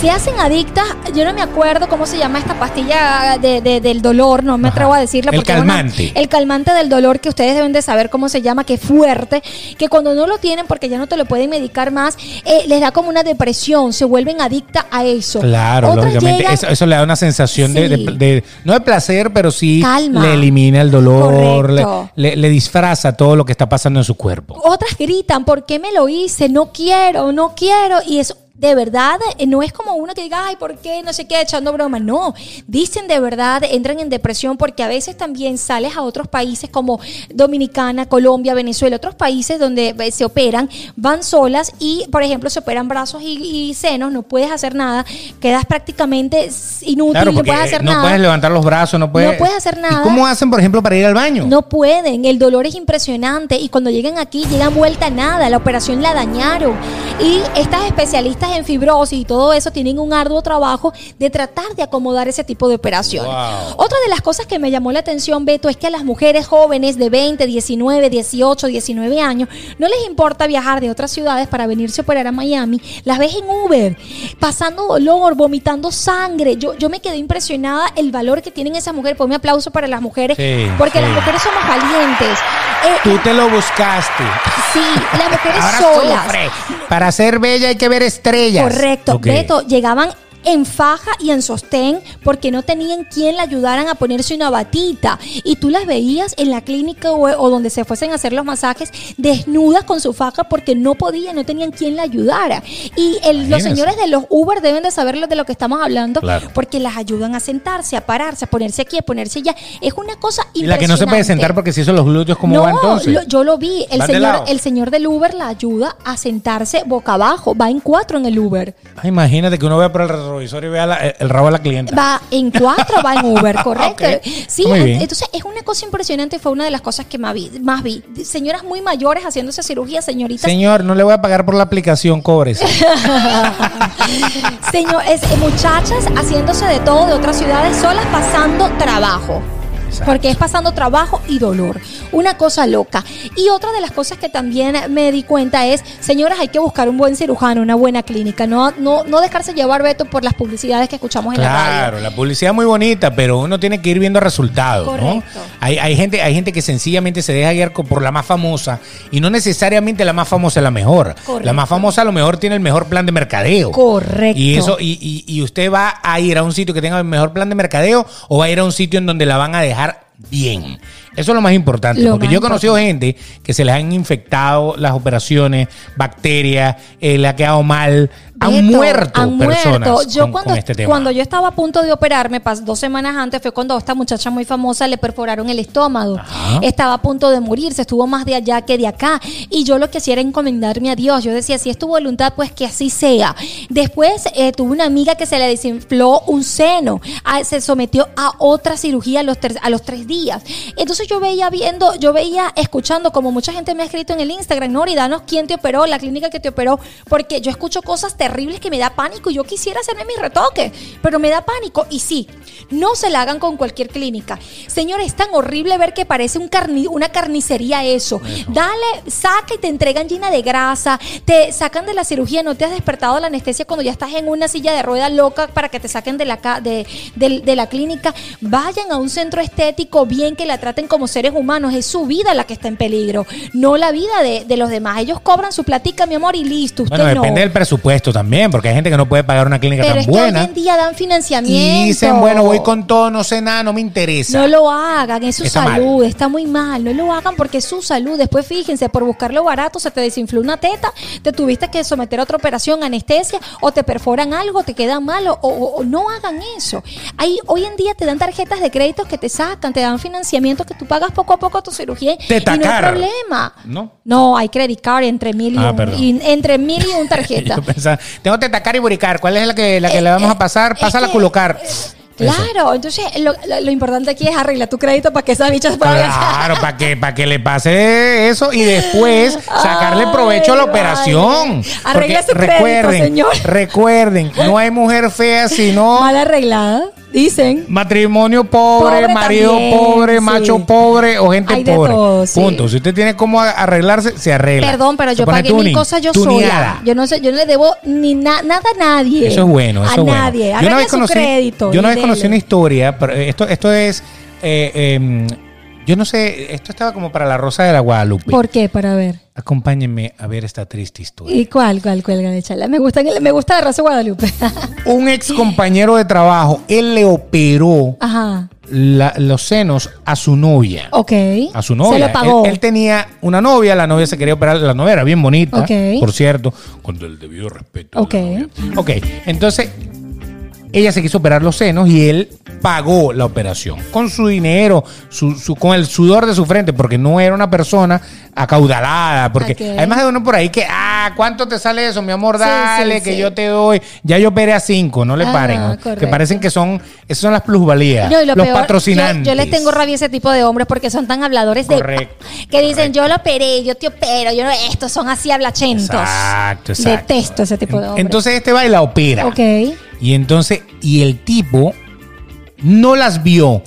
S2: Se hacen adictas, yo no me acuerdo cómo se llama esta pastilla de- de- del dolor, no me
S1: Ajá.
S2: atrevo a decirla.
S1: El
S2: porque es una-
S1: calmante.
S2: el calmante del dolor que ustedes deben de saber cómo se llama, que es fuerte, que cuando no lo tienen porque ya no te lo pueden medicar más, eh, les da como una depresión, se vuelven adictas a eso.
S1: Claro,
S2: Otras
S1: lógicamente.
S2: llegan-
S1: eso, eso le da una sensación de, de-
S2: Sí.
S1: de- no de placer, pero sí
S2: Calma.
S1: le elimina el dolor, le,
S2: Correcto.
S1: le- le disfraza todo lo que está pasando en su cuerpo.
S2: Otras gritan, ¿por qué me lo hice? No quiero, no quiero. Y es de verdad, eh, no es como uno que diga, ay, ¿por qué? No sé qué, echando broma. No, dicen de verdad, entran en depresión porque a veces también sales a otros países como Dominicana, Colombia, Venezuela, otros países donde eh, se operan, van solas y, por ejemplo, se operan brazos y, y senos, no puedes hacer nada, quedas prácticamente inútil,
S1: Claro,
S2: no
S1: porque
S2: puedes hacer
S1: eh, no
S2: nada.
S1: puedes levantar los brazos, no puedes.
S2: No puedes hacer nada.
S1: ¿Y cómo hacen, por ejemplo, para ir al baño?
S2: No pueden, el dolor es impresionante y cuando llegan aquí llegan vuelta a nada, la operación la dañaron. Y estas especialistas en fibrosis y todo eso tienen un arduo trabajo de tratar de acomodar ese tipo de operación.
S1: Wow.
S2: Otra de las cosas que me llamó la atención, Beto, es que a las mujeres jóvenes de 20, 19, 18, 19 años no les importa viajar de otras ciudades para venirse a operar a Miami, las ves en Uber, pasando dolor, vomitando sangre. Yo, yo me quedé impresionada el valor que tienen esas mujeres. Ponme aplauso para las mujeres
S1: Sí,
S2: porque
S1: sí.
S2: las mujeres somos valientes. Eh,
S1: Tú te lo buscaste.
S2: sí, las mujeres
S1: Ahora
S2: solas.
S1: sufre. Para ser bella hay que ver estrellas.
S2: Correcto,
S1: Ok.
S2: Beto, llegaban en faja y en sostén porque no tenían quien la ayudaran a ponerse una batita y tú las veías en la clínica o, o donde se fuesen a hacer los masajes desnudas con su faja porque no podían, no tenían quien la ayudara y el- los
S1: Imagínense.
S2: señores de los Uber deben de saber lo de lo que estamos hablando
S1: Claro.
S2: porque las ayudan a sentarse, a pararse, a ponerse aquí, a ponerse allá, es una cosa impresionante.
S1: Y la que no se puede sentar porque se hizo los glúteos, ¿cómo
S2: no,
S1: va entonces?
S2: lo- yo lo vi. El
S1: ¿Van de
S2: señor,
S1: lado?
S2: el señor del Uber la ayuda a sentarse boca abajo. Va en cuatro en el Uber.
S1: Ah, imagínate que uno vea por el retrovisor y vea la- el rabo de la clienta.
S2: Va en cuatro, va en Uber, correcto.
S1: Ok,
S2: Sí,
S1: muy
S2: en-
S1: bien.
S2: entonces es una cosa impresionante. Fue una de las cosas que más vi. Más vi. Señoras muy mayores haciéndose cirugía, señoritas.
S1: Señor, no le voy a pagar por la aplicación, cobres.
S2: Señor, es- eh, muchachas haciéndose de todo de otras ciudades, solas pasando trabajo.
S1: Exacto.
S2: Porque es pasando trabajo y dolor. Una cosa loca. Y otra de las cosas que también me di cuenta es, señoras, hay que buscar un buen cirujano, una buena clínica. No, no, no dejarse llevar, Beto, por las publicidades que escuchamos en la radio.
S1: Claro, la publicidad es muy bonita, pero uno tiene que ir viendo resultados, ¿no?
S2: Correcto.
S1: Hay, hay gente, hay gente que sencillamente se deja guiar co- por la más famosa y no necesariamente la más famosa es la mejor.
S2: Correcto.
S1: La más famosa a lo mejor tiene el mejor plan de mercadeo.
S2: Correcto.
S1: Y eso, y, y- y usted va a ir a un sitio que tenga el mejor plan de mercadeo o va a ir a un sitio en donde la van a dejar bien. Eso es lo más importante,
S2: Lo
S1: porque
S2: más
S1: yo he conocido gente que se les han infectado las operaciones, bacterias, eh, le ha quedado mal, han
S2: Beto,
S1: muerto
S2: han
S1: personas
S2: muerto. Yo
S1: con,
S2: cuando,
S1: con este tema.
S2: cuando yo estaba a punto de operarme, pas- dos semanas antes, fue cuando a esta muchacha muy famosa le perforaron el estómago.
S1: Ajá.
S2: Estaba a punto de morirse, estuvo más de allá que de acá. Y yo lo que hacía era encomendarme a Dios. Yo decía, si es tu voluntad, pues que así sea. Después eh, tuve una amiga que se le desinfló un seno. Ah, se sometió a otra cirugía a los, tres- a los tres días. Entonces yo veía viendo, yo veía escuchando, como mucha gente me ha escrito en el Instagram, Nori, danos quién te operó, la clínica que te operó, porque yo escucho cosas terribles que me da pánico. Yo quisiera hacerme mi retoque, pero me da pánico. Y sí, no se la hagan con cualquier clínica. Señores, es tan horrible ver que parece un carni- una carnicería eso. Dale, saca y te entregan llena de grasa, te sacan de la cirugía, no te has despertado de la anestesia cuando ya estás en una silla de rueda loca para que te saquen de la, ca- de, del- de la clínica. Vayan a un centro estético bien que la traten como seres humanos. Es su vida la que está en peligro, no la vida de, de los demás. Ellos cobran su platica, mi amor, y listo. Usted
S1: Bueno,
S2: no.
S1: depende del presupuesto también, porque hay gente que no puede pagar una clínica
S2: Pero
S1: tan
S2: es que hoy
S1: buena.
S2: en día dan financiamiento.
S1: Y dicen, bueno, voy con todo, no sé nada, no me interesa.
S2: No lo hagan, es su
S1: Está mal.
S2: salud, está muy mal. No lo hagan porque es su salud. Después fíjense, por buscar lo barato se te desinfló una teta, te tuviste que someter a otra operación, anestesia, o te perforan algo, te queda malo, o, o- o no hagan eso. Ahí, hoy en día te dan tarjetas de créditos que te sacan, te dan financiamiento que tú pagas poco a poco tu cirugía y no hay
S1: Tetacar.
S2: problema.
S1: ¿No?
S2: No, hay credit card entre mil y,
S1: Ah,
S2: un-
S1: perdón.
S2: y- entre mil y un tarjeta.
S1: Yo pensaba, tengo tetacar y buricar. ¿Cuál es la que, la que le vamos a pasar?
S2: Eh, es
S1: Pásala a
S2: que- eh,
S1: colocar.
S2: Claro, entonces lo, lo- lo importante aquí es arreglar tu crédito para que esa bicha pueda viajar.
S1: Claro, para que, para que le pase eso y después sacarle
S2: Ay,
S1: provecho a la
S2: vale.
S1: operación.
S2: Arregle
S1: Porque
S2: su crédito, señor.
S1: recuerden, no hay mujer fea sino
S2: Mal arreglada, dicen.
S1: matrimonio pobre,
S2: Pobre
S1: marido
S2: también,
S1: pobre,
S2: sí.
S1: macho pobre o gente
S2: Hay de
S1: pobre.
S2: todo, sí.
S1: Punto. Si usted tiene cómo a- arreglarse, se arregla.
S2: Perdón, pero
S1: Se
S2: yo
S1: pone
S2: pagué
S1: tuning,
S2: mi cosa yo
S1: tuneada.
S2: sola. Yo no sé, yo no le debo ni na- nada a nadie.
S1: Eso es bueno, eso
S2: a
S1: es bueno.
S2: nadie.
S1: Yo una
S2: Arregle
S1: vez
S2: su
S1: conocí,
S2: crédito.
S1: yo una
S2: y
S1: vez conocí
S2: dele.
S1: una historia, pero eh, esto, esto es, eh, eh, yo no sé, esto estaba como para la Rosa de la Guadalupe.
S2: ¿Por qué? Para ver.
S1: Acompáñenme a ver esta triste historia.
S2: ¿Y cuál, cuál, cuál, Galechala? Me gusta, me gusta la raza Guadalupe.
S1: Un ex compañero de trabajo, él le operó
S2: Ajá.
S1: la- los senos a su novia.
S2: Ok.
S1: A su novia.
S2: Se lo pagó.
S1: Él, él tenía una novia, la novia se quería operar, la novia era bien bonita,
S2: Ok.
S1: por cierto, con el debido respeto. de
S2: Ok.
S1: la novia. Ok, entonces ella se quiso operar los senos y él pagó la operación con su dinero, su- su- con el sudor de su frente, porque no era una persona acaudalada, porque
S2: Ok.
S1: además de uno por ahí que, ah, ¿cuánto te sale eso, mi amor?
S2: Sí, sí,
S1: Dale, que
S2: sí.
S1: yo te doy. Ya yo operé a cinco, no le
S2: Ah,
S1: paren. ¿no? Que
S2: correcto.
S1: parecen que son, esas son las plusvalías,
S2: No, y lo
S1: los
S2: peor,
S1: patrocinantes.
S2: Yo, yo les tengo rabia a ese tipo de hombres porque son tan habladores de.
S1: Correcto,
S2: Que dicen, yo lo operé, yo te opero, yo no. Estos son así hablachentos.
S1: Exacto, exacto.
S2: Detesto ese tipo de hombres.
S1: Entonces este va y la opera.
S2: Ok.
S1: Y entonces, y el tipo no las vio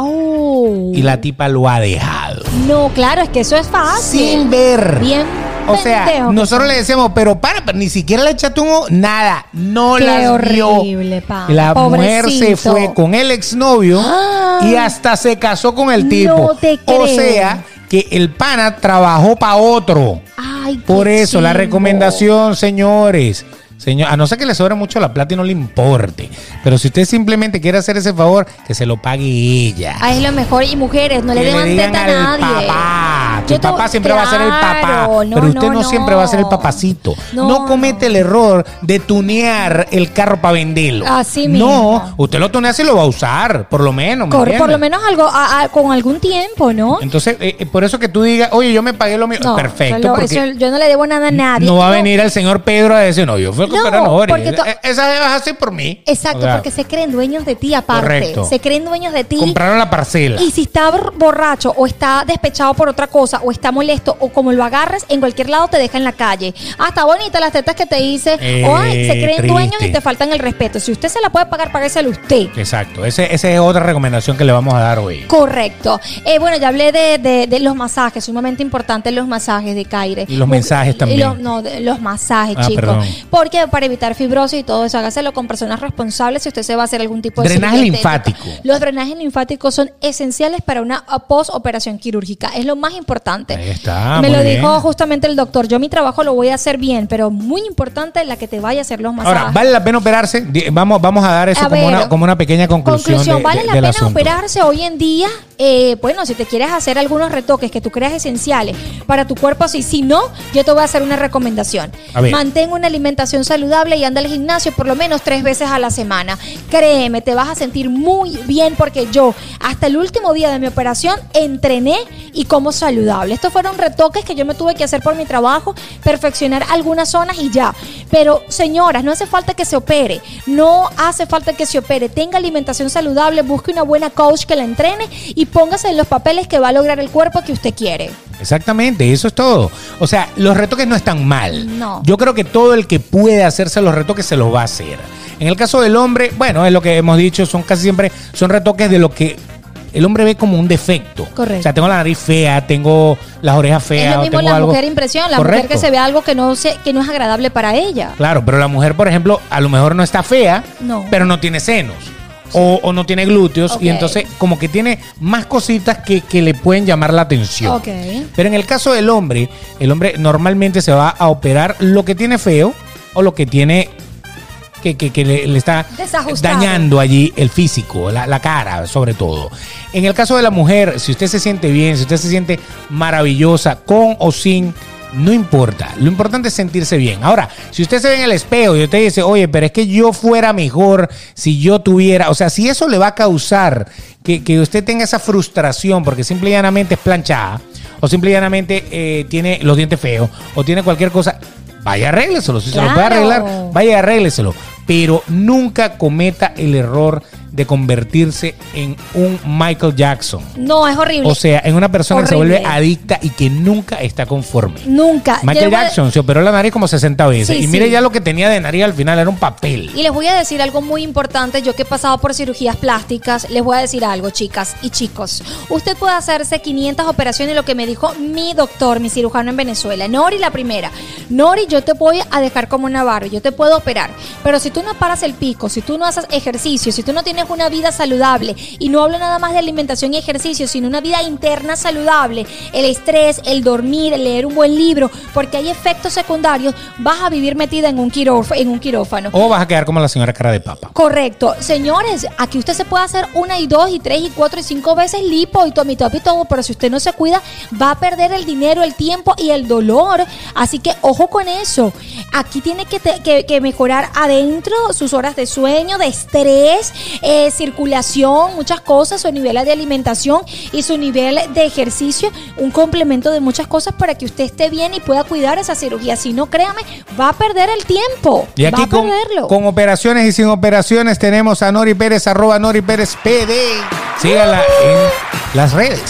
S2: Oh.
S1: y la tipa lo ha dejado.
S2: No, claro, es que eso es fácil.
S1: Sin ver.
S2: Ah, Bien.
S1: O sea,
S2: pendejo.
S1: nosotros le decimos, pero para, pero ni siquiera le echaste un ojo, nada, no
S2: Qué
S1: las
S2: horrible,
S1: vio.
S2: pa.
S1: La mujer se
S2: Pobrecito.
S1: fue con el exnovio
S2: Ah.
S1: y hasta se casó con el tipo.
S2: No te
S1: o
S2: creo.
S1: sea, que el pana trabajó para otro.
S2: Ay, qué
S1: Por eso, la
S2: chimbo.
S1: recomendación, señores. Señor, a no ser que le sobre mucho la plata y no le importe. Pero si usted simplemente quiere hacer ese favor, que se lo pague ella.
S2: Ah, es lo mejor. Y mujeres, no
S1: Que
S2: le deban
S1: digan
S2: teta a
S1: al
S2: nadie.
S1: Papá. Tu
S2: Yo te-
S1: papá siempre va a ser el papá.
S2: Claro, no,
S1: pero usted no,
S2: no,
S1: siempre va a ser el
S2: no.
S1: papacito. No,
S2: No,
S1: comete el error de tunear el carro para venderlo.
S2: Así
S1: No,
S2: mismo.
S1: usted lo tunea si lo va a usar, por lo menos. ¿me
S2: Cor- por
S1: entiendes?
S2: lo menos algo, a- a- con algún tiempo, ¿no?
S1: Entonces, eh, eh, por eso que tú digas, oye, yo me pagué lo mío.
S2: No,
S1: Perfecto.
S2: Yo, lo-
S1: porque-
S2: eso- yo no le debo nada a nadie.
S1: no va a venir el señor Pedro a decir, no, yo fui el
S2: No,
S1: cooperador.
S2: porque to-
S1: Esa- e-". Esa debe así por mí.
S2: Exacto,
S1: O sea,
S2: porque se creen dueños de ti aparte.
S1: Correcto.
S2: Se creen dueños de ti.
S1: compraron la parcela.
S2: Y si está bor- borracho o está despechado por otra cosa o está molesto o como lo agarres, en cualquier lado te deja en la calle. Ah, está bonita las tetas que te hice.
S1: Eh,
S2: o ay, se creen
S1: triste.
S2: dueños y te faltan el respeto. Si usted se la puede pagar, páguesela usted.
S1: Exacto, Ese- esa es otra recomendación que le vamos a dar hoy.
S2: Correcto. Eh, bueno, ya hablé de, de- de los masajes, sumamente importantes los masajes de Caire.
S1: Y los mensajes
S2: Y
S1: también.
S2: los- no, de- los masajes,
S1: Ah,
S2: chicos.
S1: perdón.
S2: Porque para evitar fibrosis y todo eso, hágaselo con personas responsables si usted se va a hacer algún tipo de
S1: Drenaje
S2: cirugía estética.
S1: linfático.
S2: Los drenajes linfáticos son esenciales para una postoperación quirúrgica. Es lo más importante.
S1: Ahí está,
S2: Me
S1: muy
S2: lo
S1: bien.
S2: dijo justamente el doctor. Yo mi trabajo lo voy a hacer bien, pero muy importante la que te vaya a hacer los masajes.
S1: Ahora, ¿vale la pena operarse? Di- Vamos, vamos a dar eso
S2: A
S1: como,
S2: ver,
S1: una, como una pequeña conclusión. de-
S2: vale
S1: de-
S2: la
S1: del
S2: pena
S1: asunto.
S2: operarse hoy en día. Eh, bueno, si te quieres hacer algunos retoques que tú creas esenciales para tu cuerpo, sí. Si no, yo te voy a hacer una recomendación.
S1: A ver.
S2: Mantén una alimentación saludable y anda al gimnasio por lo menos tres veces a la semana. Créeme, te vas a sentir muy bien porque yo hasta el último día de mi operación entrené y como saludable. Estos fueron retoques que yo me tuve que hacer por mi trabajo, perfeccionar algunas zonas y ya. Pero señoras, no hace falta que se opere, no hace falta que se opere. Tenga alimentación saludable, busque una buena coach que la entrene y póngase en los papeles que va a lograr el cuerpo que usted quiere.
S1: Exactamente, eso es todo. O sea, los retoques no están mal.
S2: No.
S1: Yo creo que todo el que puede hacerse los retoques se los va a hacer. En el caso del hombre, bueno, es lo que hemos dicho, son casi siempre, son retoques de lo que el hombre ve como un defecto.
S2: Correcto.
S1: O sea, tengo la nariz fea, tengo las orejas feas.
S2: es lo
S1: o
S2: mismo
S1: tengo
S2: la
S1: algo-
S2: mujer impresión, la mujer
S1: Correcto.
S2: que se ve algo que no, se, que no es agradable para ella.
S1: Claro, pero la mujer, por ejemplo, a lo mejor no está fea,
S2: No.
S1: pero no tiene senos. O, o no tiene glúteos
S2: Ok.
S1: y entonces como que tiene más cositas que, que le pueden llamar la atención.
S2: Ok.
S1: Pero en el caso del hombre, el hombre normalmente se va a operar lo que tiene feo o lo que tiene que, que- que le, le está
S2: Desajustado.
S1: dañando allí el físico, la, la cara sobre todo. En el caso de la mujer, si usted se siente bien, si usted se siente maravillosa, con o sin, no importa. Lo importante es sentirse bien. Ahora, si usted se ve en el espejo y usted dice, oye, pero es que yo fuera mejor si yo tuviera, o sea, si eso le va a causar que, que usted tenga esa frustración porque simple y llanamente es planchada, o simple y llanamente eh, tiene los dientes feos, o tiene cualquier cosa, vaya arrégleselo. Si se lo puede
S2: Claro.
S1: arreglar, vaya y arrégleselo. Pero nunca cometa el error de convertirse en un Michael Jackson.
S2: No, es horrible.
S1: O sea, en una persona que se
S2: Horrible.
S1: vuelve adicta y que nunca está conforme.
S2: Nunca. Yo
S1: Michael
S2: le voy a-
S1: Jackson se operó la nariz como 60 veces.
S2: Sí,
S1: y mire
S2: sí.
S1: ya lo que tenía de nariz al final, era un papel.
S2: Y les voy a decir algo muy importante, yo que he pasado por cirugías plásticas, les voy a decir algo, chicas y chicos. Usted puede hacerse 500 operaciones, lo que me dijo mi doctor, mi cirujano en Venezuela, Nori la primera. Nori, yo te voy a dejar como una Barbie, yo te puedo operar, pero si tú no paras el pico, si tú no haces ejercicio, si tú no tienes una vida saludable, y no hablo nada más de alimentación y ejercicio, sino una vida interna saludable, el estrés, el dormir, el leer un buen libro, porque hay efectos secundarios, vas a vivir metida en un quiróf- en un quirófano.
S1: O vas a quedar como la señora cara de papa.
S2: Correcto. Señores, aquí usted se puede hacer una y dos y tres y cuatro y cinco veces lipo y tomitop y todo, pero si usted no se cuida, va a perder el dinero, el tiempo y el dolor. Así que ojo con eso. Aquí tiene que, te- que- que mejorar adentro sus horas de sueño, de estrés, eh, circulación, muchas cosas, su nivel de alimentación y su nivel de ejercicio. Un complemento de muchas cosas para que usted esté bien y pueda cuidar esa cirugía. Si no, créame, va a perder el tiempo.
S1: Y aquí
S2: va a
S1: con,
S2: perderlo.
S1: con operaciones y sin operaciones tenemos a Nori Pérez, arroba Nori Pérez PD. Sígala en las redes.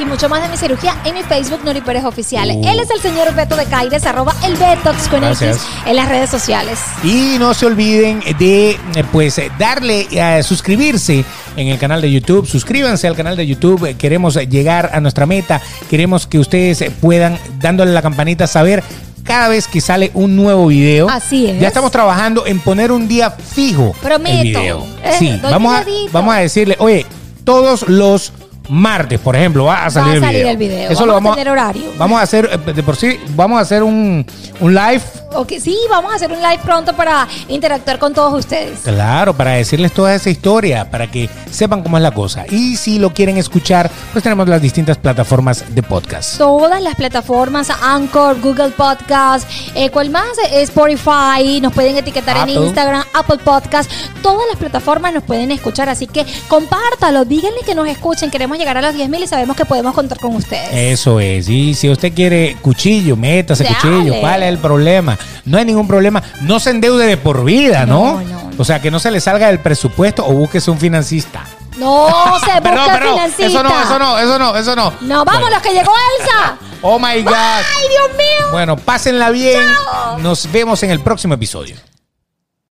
S2: y mucho más de mi cirugía en mi Facebook Nori Pérez Oficial.
S1: Uh.
S2: Él es el señor Beto de Caires, arroba el Betox con
S1: Gracias.
S2: X en las redes sociales.
S1: Y no se olviden de eh, pues eh, darle a suscribirse en el canal de YouTube. Suscríbanse al canal de YouTube. Eh, Queremos eh, llegar a nuestra meta. Queremos que ustedes eh, puedan, dándole la campanita, saber cada vez que sale un nuevo video.
S2: Así es.
S1: Ya estamos trabajando en poner un día fijo
S2: Prometo.
S1: el video.
S2: Eh,
S1: Sí,
S2: doy
S1: vamos a,
S2: miedito.
S1: vamos a decirle, oye, todos los martes, por ejemplo, va a salir,
S2: salir
S1: el, video.
S2: el video.
S1: Eso
S2: Vamos
S1: lo
S2: a
S1: vamos
S2: tener horario.
S1: Vamos a hacer, eh, de por sí, vamos a hacer un, un live
S2: Ok, sí, vamos a hacer un live pronto para interactuar con todos ustedes.
S1: Claro, para decirles toda esa historia, para que sepan cómo es la cosa. Y si lo quieren escuchar, pues tenemos las distintas plataformas de podcast.
S2: Todas las plataformas, Anchor, Google Podcast, eh, ¿cuál más? Eh, Spotify, nos pueden etiquetar en
S1: Apple.
S2: Instagram, Apple Podcast, todas las plataformas nos pueden escuchar, así que compártalo, díganle que nos escuchen, queremos llegar a los 10.000 y sabemos que podemos contar con ustedes.
S1: Eso es. Y si usted quiere cuchillo, métase
S2: Dale.
S1: cuchillo. ¿Cuál es el problema? No hay ningún problema. No se endeude de por vida, ¿no?
S2: No, no, no.
S1: O sea, que no se le salga del presupuesto o búsquese un financista.
S2: No se busca
S1: Perdón, perdón.
S2: financista.
S1: Eso no, eso no, eso no, eso no.
S2: No, vámonos, que llegó Elsa.
S1: Oh my God.
S2: ¡Ay, Dios mío!
S1: Bueno, pásenla bien.
S2: Chao.
S1: Nos vemos en el próximo episodio.